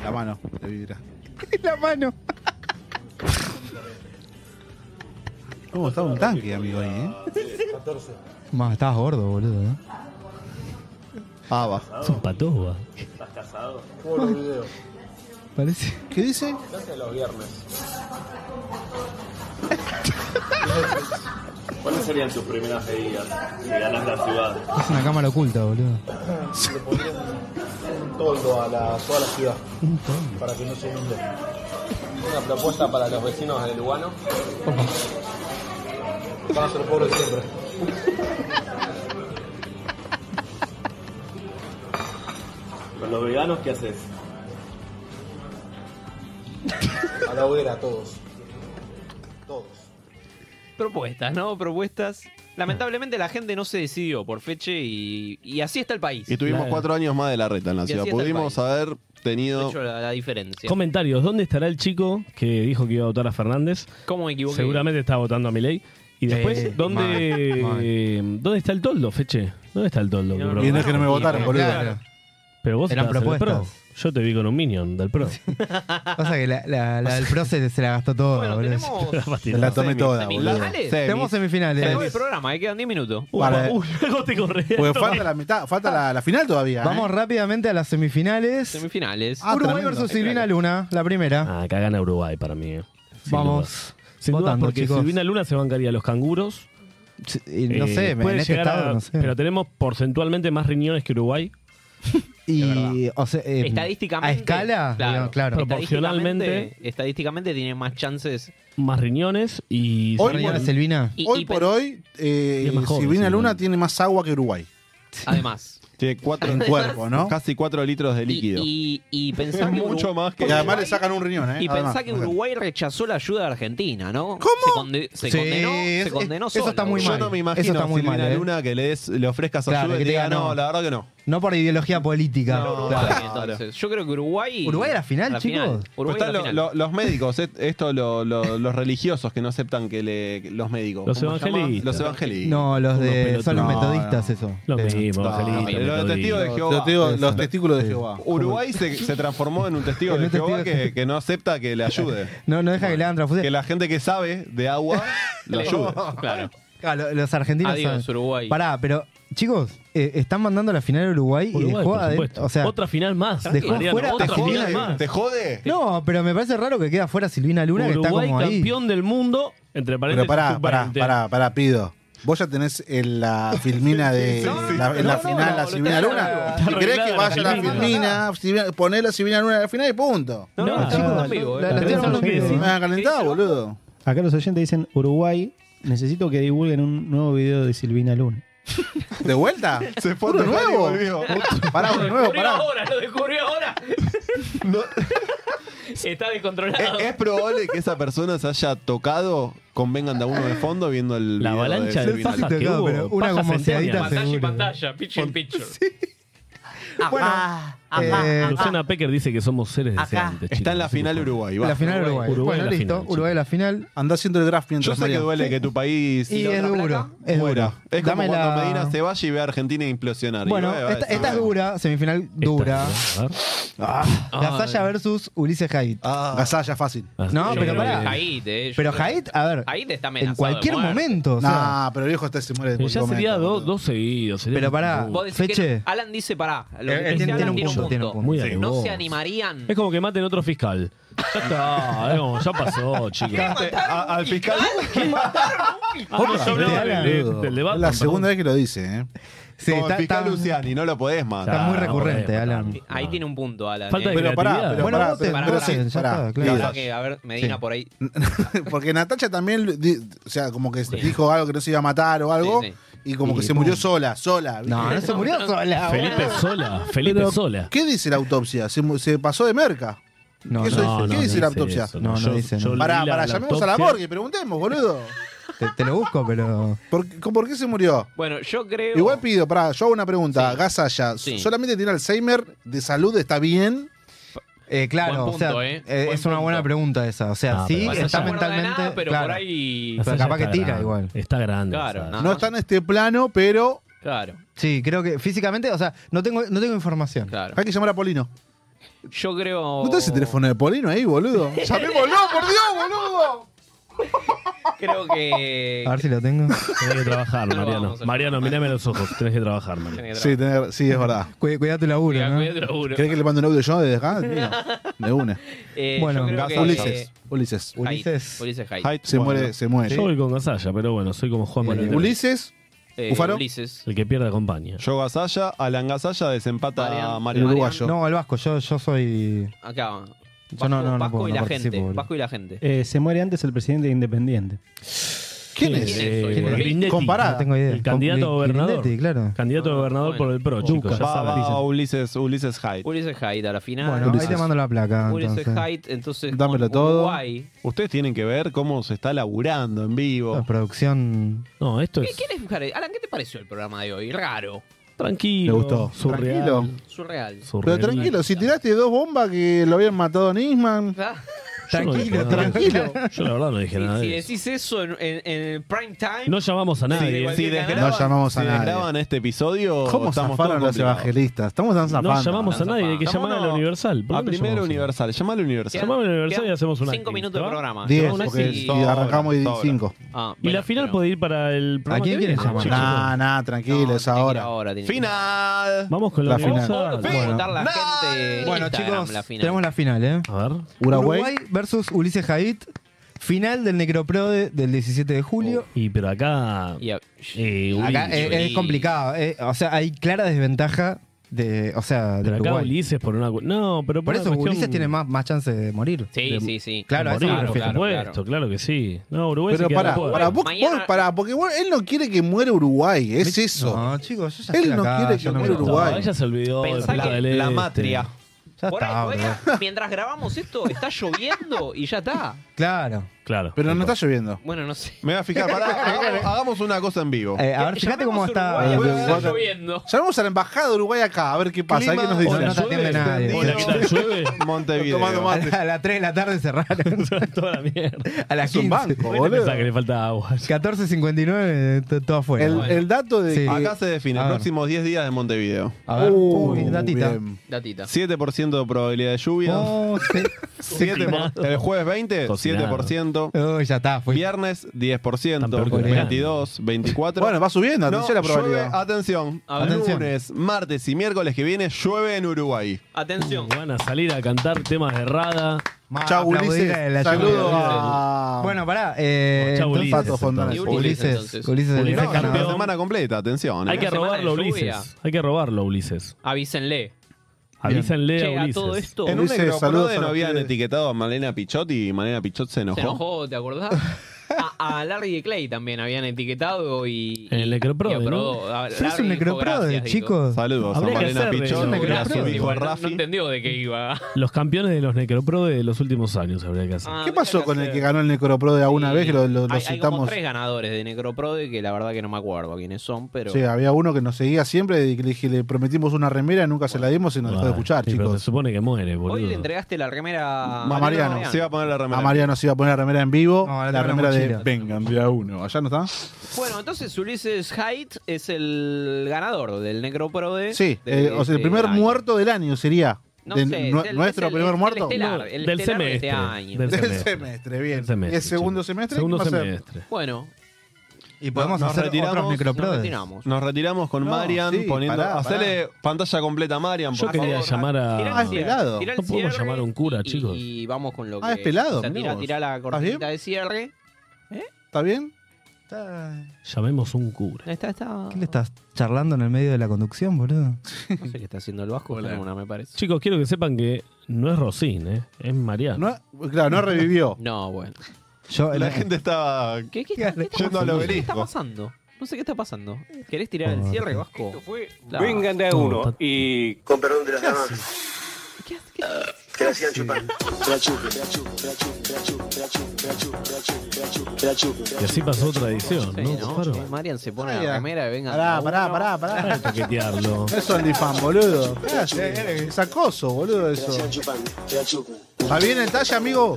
La mano, de vibra. la mano. ¿Cómo estaba un tanque, amigo ahí, eh? 14. Más, estabas gordo, boludo. ¿eh? Ah, va. Es un patoba. ¿Estás casado? Por un video. Parece. ¿Qué dice? Gracias los *laughs* viernes. ¿Cuáles serían tus primeras medidas si ganas la ciudad? Es una cámara oculta, boludo. Le pondría un toldo a la, toda la ciudad para que no se inunde. Una propuesta para los vecinos de Lugano. Van a ser pobres siempre. ¿Con los veganos qué haces? A la hoguera todos. Propuestas, ¿no? Propuestas. Lamentablemente la gente no se decidió por feche y, y así está el país. Y tuvimos cuatro años más de la reta en la Y así ciudad. está el Pudimos país. haber tenido. De hecho, la, la diferencia. Comentarios, ¿dónde estará el chico que dijo que iba a votar a Fernández? ¿Cómo me equivoqué? Seguramente está votando a Milei. Y después, Sí, ¿dónde, mal, mal. eh, ¿dónde está el toldo, Feche? ¿Dónde está el toldo? no, bro? Y no es que no me votaron, pero boludo. claro. Pero vos Eran estabas en el propuestas. pro. Yo te vi con un minion del pro. Pasa que la, la, la del pro se, se la gastó toda, boludo. *laughs* Se la tomé toda, boludo. ¿Semifinales? Tenemos Se semifinales. acabó el programa, ahí quedan 10 minutos. Vale. Pues Uy, *laughs* luego te corré. Porque falta la mitad, falta la, la final todavía. ¿eh? Vamos rápidamente a las semifinales. Semifinales. Uruguay versus Silvina Luna, la primera. Ah, acá gana Uruguay para mí. eh. Sin Vamos. duda. Sin duda, Votando, porque chicos. Silvina Luna se bancaría a los canguros. Y no sé, en puede este llegar a- estado, no sé. Pero tenemos porcentualmente más riñones que Uruguay. Y, o sea, eh, Estadísticamente. A escala, digamos, claro. Proporcionalmente. Estadísticamente tiene más chances. Más riñones y. Hoy por, hoy, por hoy, eh, Y es más joven, Silvina Silvina. Luna tiene más agua que Uruguay. Además. Tiene cuatro En cuerpo, ¿no? Casi cuatro litros de líquido. Y, y pensá que Mucho Urugu- más que. Y además le sacan un riñón, ¿eh? Y Además. pensá que Uruguay rechazó la ayuda de Argentina, ¿no? ¿Cómo? Se, conde- se Sí, condenó, se es- condenó eso solo. está muy Yo mal. no me imagino Eso está muy a Silvina mal, ¿eh? Luna que le, des- le ofrezcas Claro, ayuda y que te diga, diga, no, no. la verdad que no. No por ideología política. claro. Uruguay, entonces. Yo creo que Uruguay. Uruguay a la final, chicos. Pero Uruguay a Pues están la lo- final. lo- los médicos, et- esto lo- lo- los religiosos que no aceptan que le, que- los médicos. Los ¿Cómo se llama? evangelistas. Los evangelistas. No, los Unos de. Son los pelotudos. metodistas, eso. Lo Sí. mismo, No, no, evangelista, los metodista. testigos de Los Jehová. testigos- Eso. los testículos de Jehová. Uruguay se, se transformó en un testigo En de un Jehová testigo de- que, que no acepta que le ayude. No, no deja que le hagan transfusión. Que la gente que sabe de agua lo ayude. Claro. Ah, lo- los argentinos. Adiós, Uruguay. Pará, pero, chicos, eh, están mandando a la final a Uruguay, Uruguay, y dejó por adentro- supuesto. O sea, Otra final más. Dejó Mariano, fuera otra te jode, final más. ¿Te jode? No, pero me parece raro que queda fuera Silvina Luna, que está Uruguay como ahí. campeón del mundo. Entre Pero paréntesis. pará, pará, sub-20. pará, pará, pido. Vos ya tenés en *laughs* la filmina de la, en la No, no, final no, la lo Silvina tenés Luna. arreglado. Si querés Está que arreglada vaya la la filmina, Silvina- poné la Silvina Luna en la final y punto. No, no, chicos, están vivos, eh. La Pero tierra eso no no quiere me decir- eh, ha calentado, boludo. Acá los oyentes dicen, Uruguay, necesito que divulguen un nuevo video de Silvina Luna. ¿De *laughs* vuelta? Se fue ¿Uno a tocar y nuevo? volvió. *laughs* Pará, uno nuevo, Descubrió pará. ahora, lo descubrió ahora. Está descontrolado. Es, es probable que esa persona se haya tocado con Vengan de a uno de fondo viendo el La video avalancha de Silvina pajas Luna. que hubo. pajas escenas. Pantalla y pantalla, picture in picture. Bueno, eh, Luciana Pecker dice que somos seres deseantes. Está en la final Uruguay. va. la final Uruguay. Uruguay bueno, la listo. final, Uruguay la final. Andá haciendo el graph Yo mientras sé que duele que tu país Y es duro. Es muera. duro. Es como Dame cuando la- Medina se vaya y ve a Argentina implosionar. Y Bueno, va, va, esta, va, esta es va. dura, semifinal dura. Ah, Ay. Gasalla versus Ulises Haidt. Ah. Ah. Gasalla fácil. No, Yo Ah, pero creo que pará. Haidt, eh, yo Pero creo- Haidt, a ver. Haidt está amenazado En de cualquier muerte. momento. o sea. Nah, pero el viejo este se muere de Pero ya sería do- dos seguidos. sería Pero un pará, punto. Vos decís que Feche. no- Alan dice pará. Lo Eh, que él decía tiene Alan un punto, tiene un punto. Muy Sí. No alevos. se animarían. Es como que maten otro fiscal. Ya está, es como, ya pasó, chicos. A- al fiscal. *laughs* ¿Qué mataron? Ah, no, yo hablaba Otra, del- del debate, Es la perdón. segunda vez que lo dice, ¿eh? Sí, Como está- el fiscal está- Luciani, no lo podés más. Está muy recurrente, Alan. eh, Ahí tiene un punto, Alan. Falta eh. de Pero pará, creatividad. pero Bueno, pará, vos te- pero pará, pará, pará, sí, ya pará, está, pará, claro. que, a ver, Medina Sí. por ahí. *laughs* Porque Natacha también, di- o sea, como que dijo algo que no se iba a matar o algo, y como que se murió sola, sola. ¿viste? No, no se murió *laughs* sola. Felipe boludo. Sola, Felipe Pero, Sola. ¿Qué dice la autopsia? Se, mu- se pasó de merca. No, ¿Qué, eso no, dice? no, ¿Qué no dice la dice autopsia? eso, no, No, no yo- dice, no. yo Pará, leí la- pará, la llamemos a la autopsia. morgue, preguntemos, boludo. Te, te lo busco, pero. ¿Por, qué- por qué se murió? Bueno, yo creo. Igual pido, pará, yo hago una pregunta. Gasalla, Sí. ¿solamente tiene Alzheimer? ¿De salud está bien? Eh, claro, Buen o punto, sea, eh. eh, es una buena pregunta esa. O sea, Ah, sí, pero más está allá. mentalmente. No me acuerdo de nada, pero claro. por ahí- Pero capaz que tira igual. Está grande. Claro, Ah. nada No más. está en este plano, pero Claro. Sí, creo que físicamente, o sea, no tengo, no tengo información. Claro. hay que llamar a Polino. Yo creo. ¿No Oh. tenés el teléfono de Polino ahí, *laughs* boludo? ¡Llamémoslo, por Dios, boludo! Creo que. *laughs* A ver si lo tengo. Tenés que trabajar, Mariano. Mariano, mirame los ojos. Tenés que trabajar, Mariano. Sí, tenés- sí, es *laughs* verdad. Cuidate tu laburo, Cuidá- ¿no? cuidá tu laburo. ¿Crees que le mando un audio yo desde acá? *laughs* Mío, De una. Eh, Bueno, yo creo que- Ulises. Ulises. Ulises. Ulises Hyde. Se Bueno, muere, se muere. Yo voy con Gasalla, pero bueno, soy como Juan Bueno, Mariano. eh, Ulises. Eh, Ufaro. Ulises. El que pierde acompaña. Yo Gasalla, Alan Gasalla desempata a El Mario uruguayo. No, el vasco, yo, yo soy. Acá. Yo no, no, no Vasco puedo, y no la participo, gente. boludo. Vasco y la gente. Eh, se muere antes el presidente de Independiente. ¿Quién es? ¿Quién es Eh, hoy, ¿Quién boludo? eh, Grindetti. Comparada. No tengo idea. El candidato a Con Gri- gobernador. Grindetti, claro. Candidato a gobernador por el PRO, chicos. Ya Va, saben. va Ulises, Ulises Hyde. Ulises Hyde a la final. Bueno, ahí te mando la placa. Ulises Entonces. Hyde, entonces. Dámelo con todo. Uruguay. Ustedes tienen que ver cómo se está laburando en vivo. La producción. No, esto Pues- ¿Qué, ¿Quién es Bujarest? Alan, ¿qué te pareció el programa de hoy? Raro. Tranquilo. Me gustó. Surreal. Tranquilo. Surreal. Pero tranquilo, si tiraste dos bombas que lo habían matado a Nisman. Tranquilo, tranquilo. Yo la verdad no dije nada. Si de eso. decís eso en, en- en prime time. No llamamos a nadie. de Sí, cualquier canal. No llamamos a si nadie. desgraban este episodio, ¿Cómo estamos zafaron todos los complicados. evangelistas? Estamos tan zafando. No llamamos a nadie, hay que llamar a la Universal. ¿Por A qué no primero llamamos? Universal, llamalo Universal. Llamamos a la Universal y hacemos una. Cinco minutos de programa. ah, Diez, No, no porque sé si- y arrancamos y sobra. cinco. Ah, Y la final puede ir para el programa. que viene, chicos. Nah, nah, tranquilo, es ahora. Final. Vamos con la, La final. Universal. Puede votar la gente en Bueno, Instagram, chicos, la final. tenemos la final, ¿eh? A ver. Uruguay, versus Ulises Javid. Final del Necroprode del 17 de julio. Y pero acá. eh, Ulises. Acá eh, es, complicado. eh, o sea, hay clara desventaja de, o sea, de Pero acá Uruguay. Ulises por una. cu- No, pero Por una eso cuestión- Ulises tiene más, más chance de morir. Sí, De- sí, sí. Claro, a eso me Morir, refiero. por supuesto, claro. que sí. No, Uruguay Pero se queda pará, afuera. pará, vos, Mañana- vos pará, porque vos- él no quiere que muera Uruguay, es eso. No, chicos, yo ya Él estoy no acá, quiere que ya no muera me gusta. Uruguay. No, ella se olvidó de Pensá Punta que del la Este. matria. Ya Por ahí, está, por ahí, boludo. mientras grabamos esto, está lloviendo y ya está. Claro. Claro. Pero no está lloviendo. Bueno, no sé. Me voy a fijar, *laughs* pará, hagamos, hagamos una cosa en vivo. *laughs* Eh, a ver, fíjate cómo está. Uruguay, eh, está lloviendo. Llamamos a la embajada de Uruguay acá, a ver qué pasa. Clima, ¿Qué nos dicen? no te atiende nadie. Hola, ¿qué tal? ¿Llueve? *laughs* Montevideo. Tomando A, mate. la- *laughs* a las 3 de la tarde cerraron. Toda la mierda. A las Es un 15. banco, Yo boludo. pensaba que le falta agua. 14.59, to- todo afuera. El, el dato de Sí. que- Acá se define A los ver. próximos 10 días de Montevideo. A ver. Uh, Uy, datita. bien. Datita. 7% de probabilidad de lluvia. Oh, sí. Siete por- el jueves 20, Cocinado. 7%. Uy, ya está. Fue. Viernes, 10%. Tan peor que 22, 24. Bueno, va subiendo, No, atención a la probabilidad. llueve, atención. A ver. Atención. Lunes, martes y miércoles que viene llueve en Uruguay. Atención. Van a salir a cantar temas de Rada. Ma- Chau, aplaudir Ulises. a Ah, la Saludos lluvia. a. Bueno, pará. Eh, Chau, entonces- Ulises, Pato Fontanes. Y Ulises. Ulises, Ulises, entonces. Ulises, Ulises, el No, la ganador. semana completa, atención. eh. Hay que Semana de robarlo, lluvia. Ulises. Hay que robarlo, Ulises. Avísenle. Avísenle Che, a a Ulises. todo esto. En un Ulises, saludos a necroprode no los habían pibes. etiquetado a Malena Pichot y Malena Pichot se enojó. Se enojó, ¿te acordás? A, a Larry de Clay también habían etiquetado y. En el y- necroprode, y aprobó. A- Pero es Larry un dijo necroprode, gracias, dijo. chicos. Saludos Habría a que Malena hacer de Pichot, eso. a su Gracias, hijo igual, no- No Rafi. entendió de qué iba. Los campeones de los Necropro de los últimos años habría que hacer. Ah, ¿Qué pasó habría con el hacer- que ganó el Necropro de alguna Sí. vez? Que lo, lo- lo hay, hay como citamos. tres ganadores de Necroprode que la verdad que no me acuerdo quiénes son, pero. Sí, había uno que nos seguía siempre y que le, dije, le prometimos una remera, nunca se la dimos y nos dejó de Ah, escuchar, sí, pero chicos. se supone que muere, boludo. Hoy le entregaste la remera A Mariano, Se va a poner la remera. A Mariano se iba a poner la remera en vivo, No, ahora la tengo la remera de mochila. Vengan de a uno. Allá no está. Bueno, entonces Ulises Hyde es el ganador del Necroprode. Sí, de- eh, o sea, el de- primer del año. muerto del año sería. No De sé, nu- es el- nuestro es el- primer el muerto. estelar, No, el del estelar de semestre, este año. del Del semestre. semestre, bien. Del semestre, ¿Es segundo chicos. semestre? Segundo ¿Qué va a ser? semestre. Bueno, Y podemos Nos hacer retiramos, otros nos nos necroprodes. retiramos. Nos retiramos con No, Marian sí, poniendo. pará, pará. Hacele pantalla completa a Marian. Yo por quería favor. llamar Tirá Ah, a. el cierre, pelado. tirá el No podemos cierre llamar a un cura, y- chicos. Y vamos con lo que. Ah, es pelado, o sea, mirá tirá, vos. tirá la ¿Estás cortinita bien? de cierre. ¿Está bien? Está- Llamemos un cura. Está, está. ¿Qué le estás charlando en el medio de la conducción, boludo? No sé qué está haciendo el Vasco, está en una, me parece. Chicos, quiero que sepan que no es Rosín, ¿eh? es Mariano. claro, no revivió. No, bueno. la gente estaba ¿Qué, qué, qué, está yendo al pasando? ¿Qué está obelisco. pasando? No sé qué está pasando. ¿Querés tirar el cierre, Vasco? Claro. Vengan de a uno y. Con perdón de las damas. Que la sigan chupando. Y así pasó otra edición, ¿no? Claro. Marian se pone Mira. la remera y Pará, venga. pará, pará, Hay que pará. *laughs* Paquetearlo. No es OnlyFans, boludo. eh, Es acoso, boludo, eso. ¿Va bien el talle, amigo?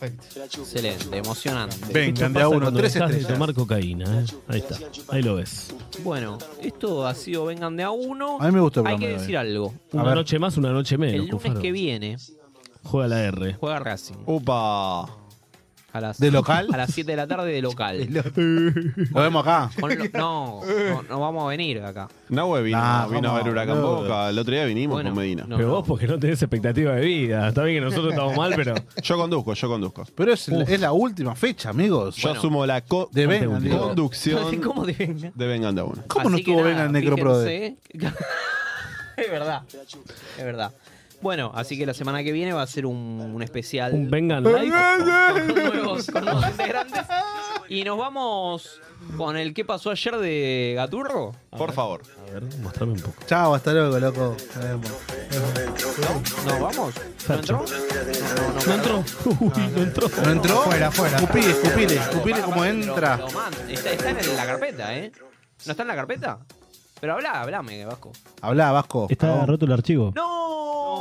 Excelente, emocionante. Esto pasa cuando dejás de tomar cocaína, ¿eh? Ahí está. Ahí lo ves. Bueno, esto ha sido Vengan de a uno. A mí me gustó el eh. Hay programa que de hoy. decir algo. Una noche más, una noche menos. El lunes Cufaro. que viene Juega la R. juega Racing. Upa. A las, ¿De local? A las 7 de la tarde de *laughs* local. Lo vemos acá. Con lo- no, no, no vamos a venir acá. Nahue vino, Ah, Nah, vino a ¿cómo? ver Huracán No. Boca. El otro día vinimos con Medina. *laughs* pero vos porque no tenés expectativa de vida. Está bien que nosotros estamos mal, pero... Yo conduzco, yo conduzco. Pero es, es la última fecha, amigos. Yo asumo la co- de Vengan, conducción- digo. conducción ¿Cómo de venga? de Vengan de a uno. ¿Cómo no Así que estuvo nada, Vengan Necroprode? fíjense. *laughs* es verdad. Es verdad. Bueno, así que la semana que viene va a ser un, un especial. *laughs* Un Vengan Live Con, Live. con nuevos, con nuevos integrantes. Y nos vamos con el que pasó ayer de Gaturro. Por favor. A ver, mostrame un poco. Chao, hasta luego, loco. Nos vemos. ¿Nos vamos? ¿No entró? No entró. Uy, *laughs* no entró. ¿No entró? Fuera, fuera. Escupile, escupile, escupile Pará, como pará, pero- entra. pero, man, está, está en la carpeta, ¿eh? ¿No está en la carpeta? Pero habla, hablame, Vasco. Hablá, Vasco. Está roto el archivo. ¡No!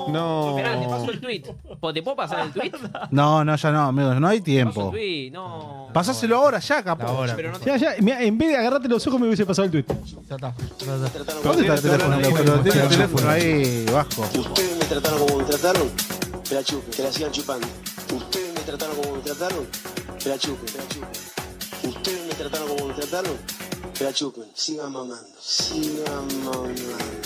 No. Esperá, te paso el tweet. ¿Po- ¿Te puedo pasar el tweet? No, no, ya no, amigos, no hay Paso el tiempo. tweet, no. Pasáselo ahora, ya, capaz. Ya, ya, mirá, en vez de agarrarte los ojos me hubiese pasado el tweet. ¿Dónde está el teléfono? Pero tiene el teléfono ahí, Vasco. Ustedes me trataron como me trataron, que la chupen, que la sigan chupando. Ustedes me trataron como me trataron, que la chupen, que la chupen. Ustedes me trataron como me trataron, que la chupen. Sigan mamando, sigan mamando.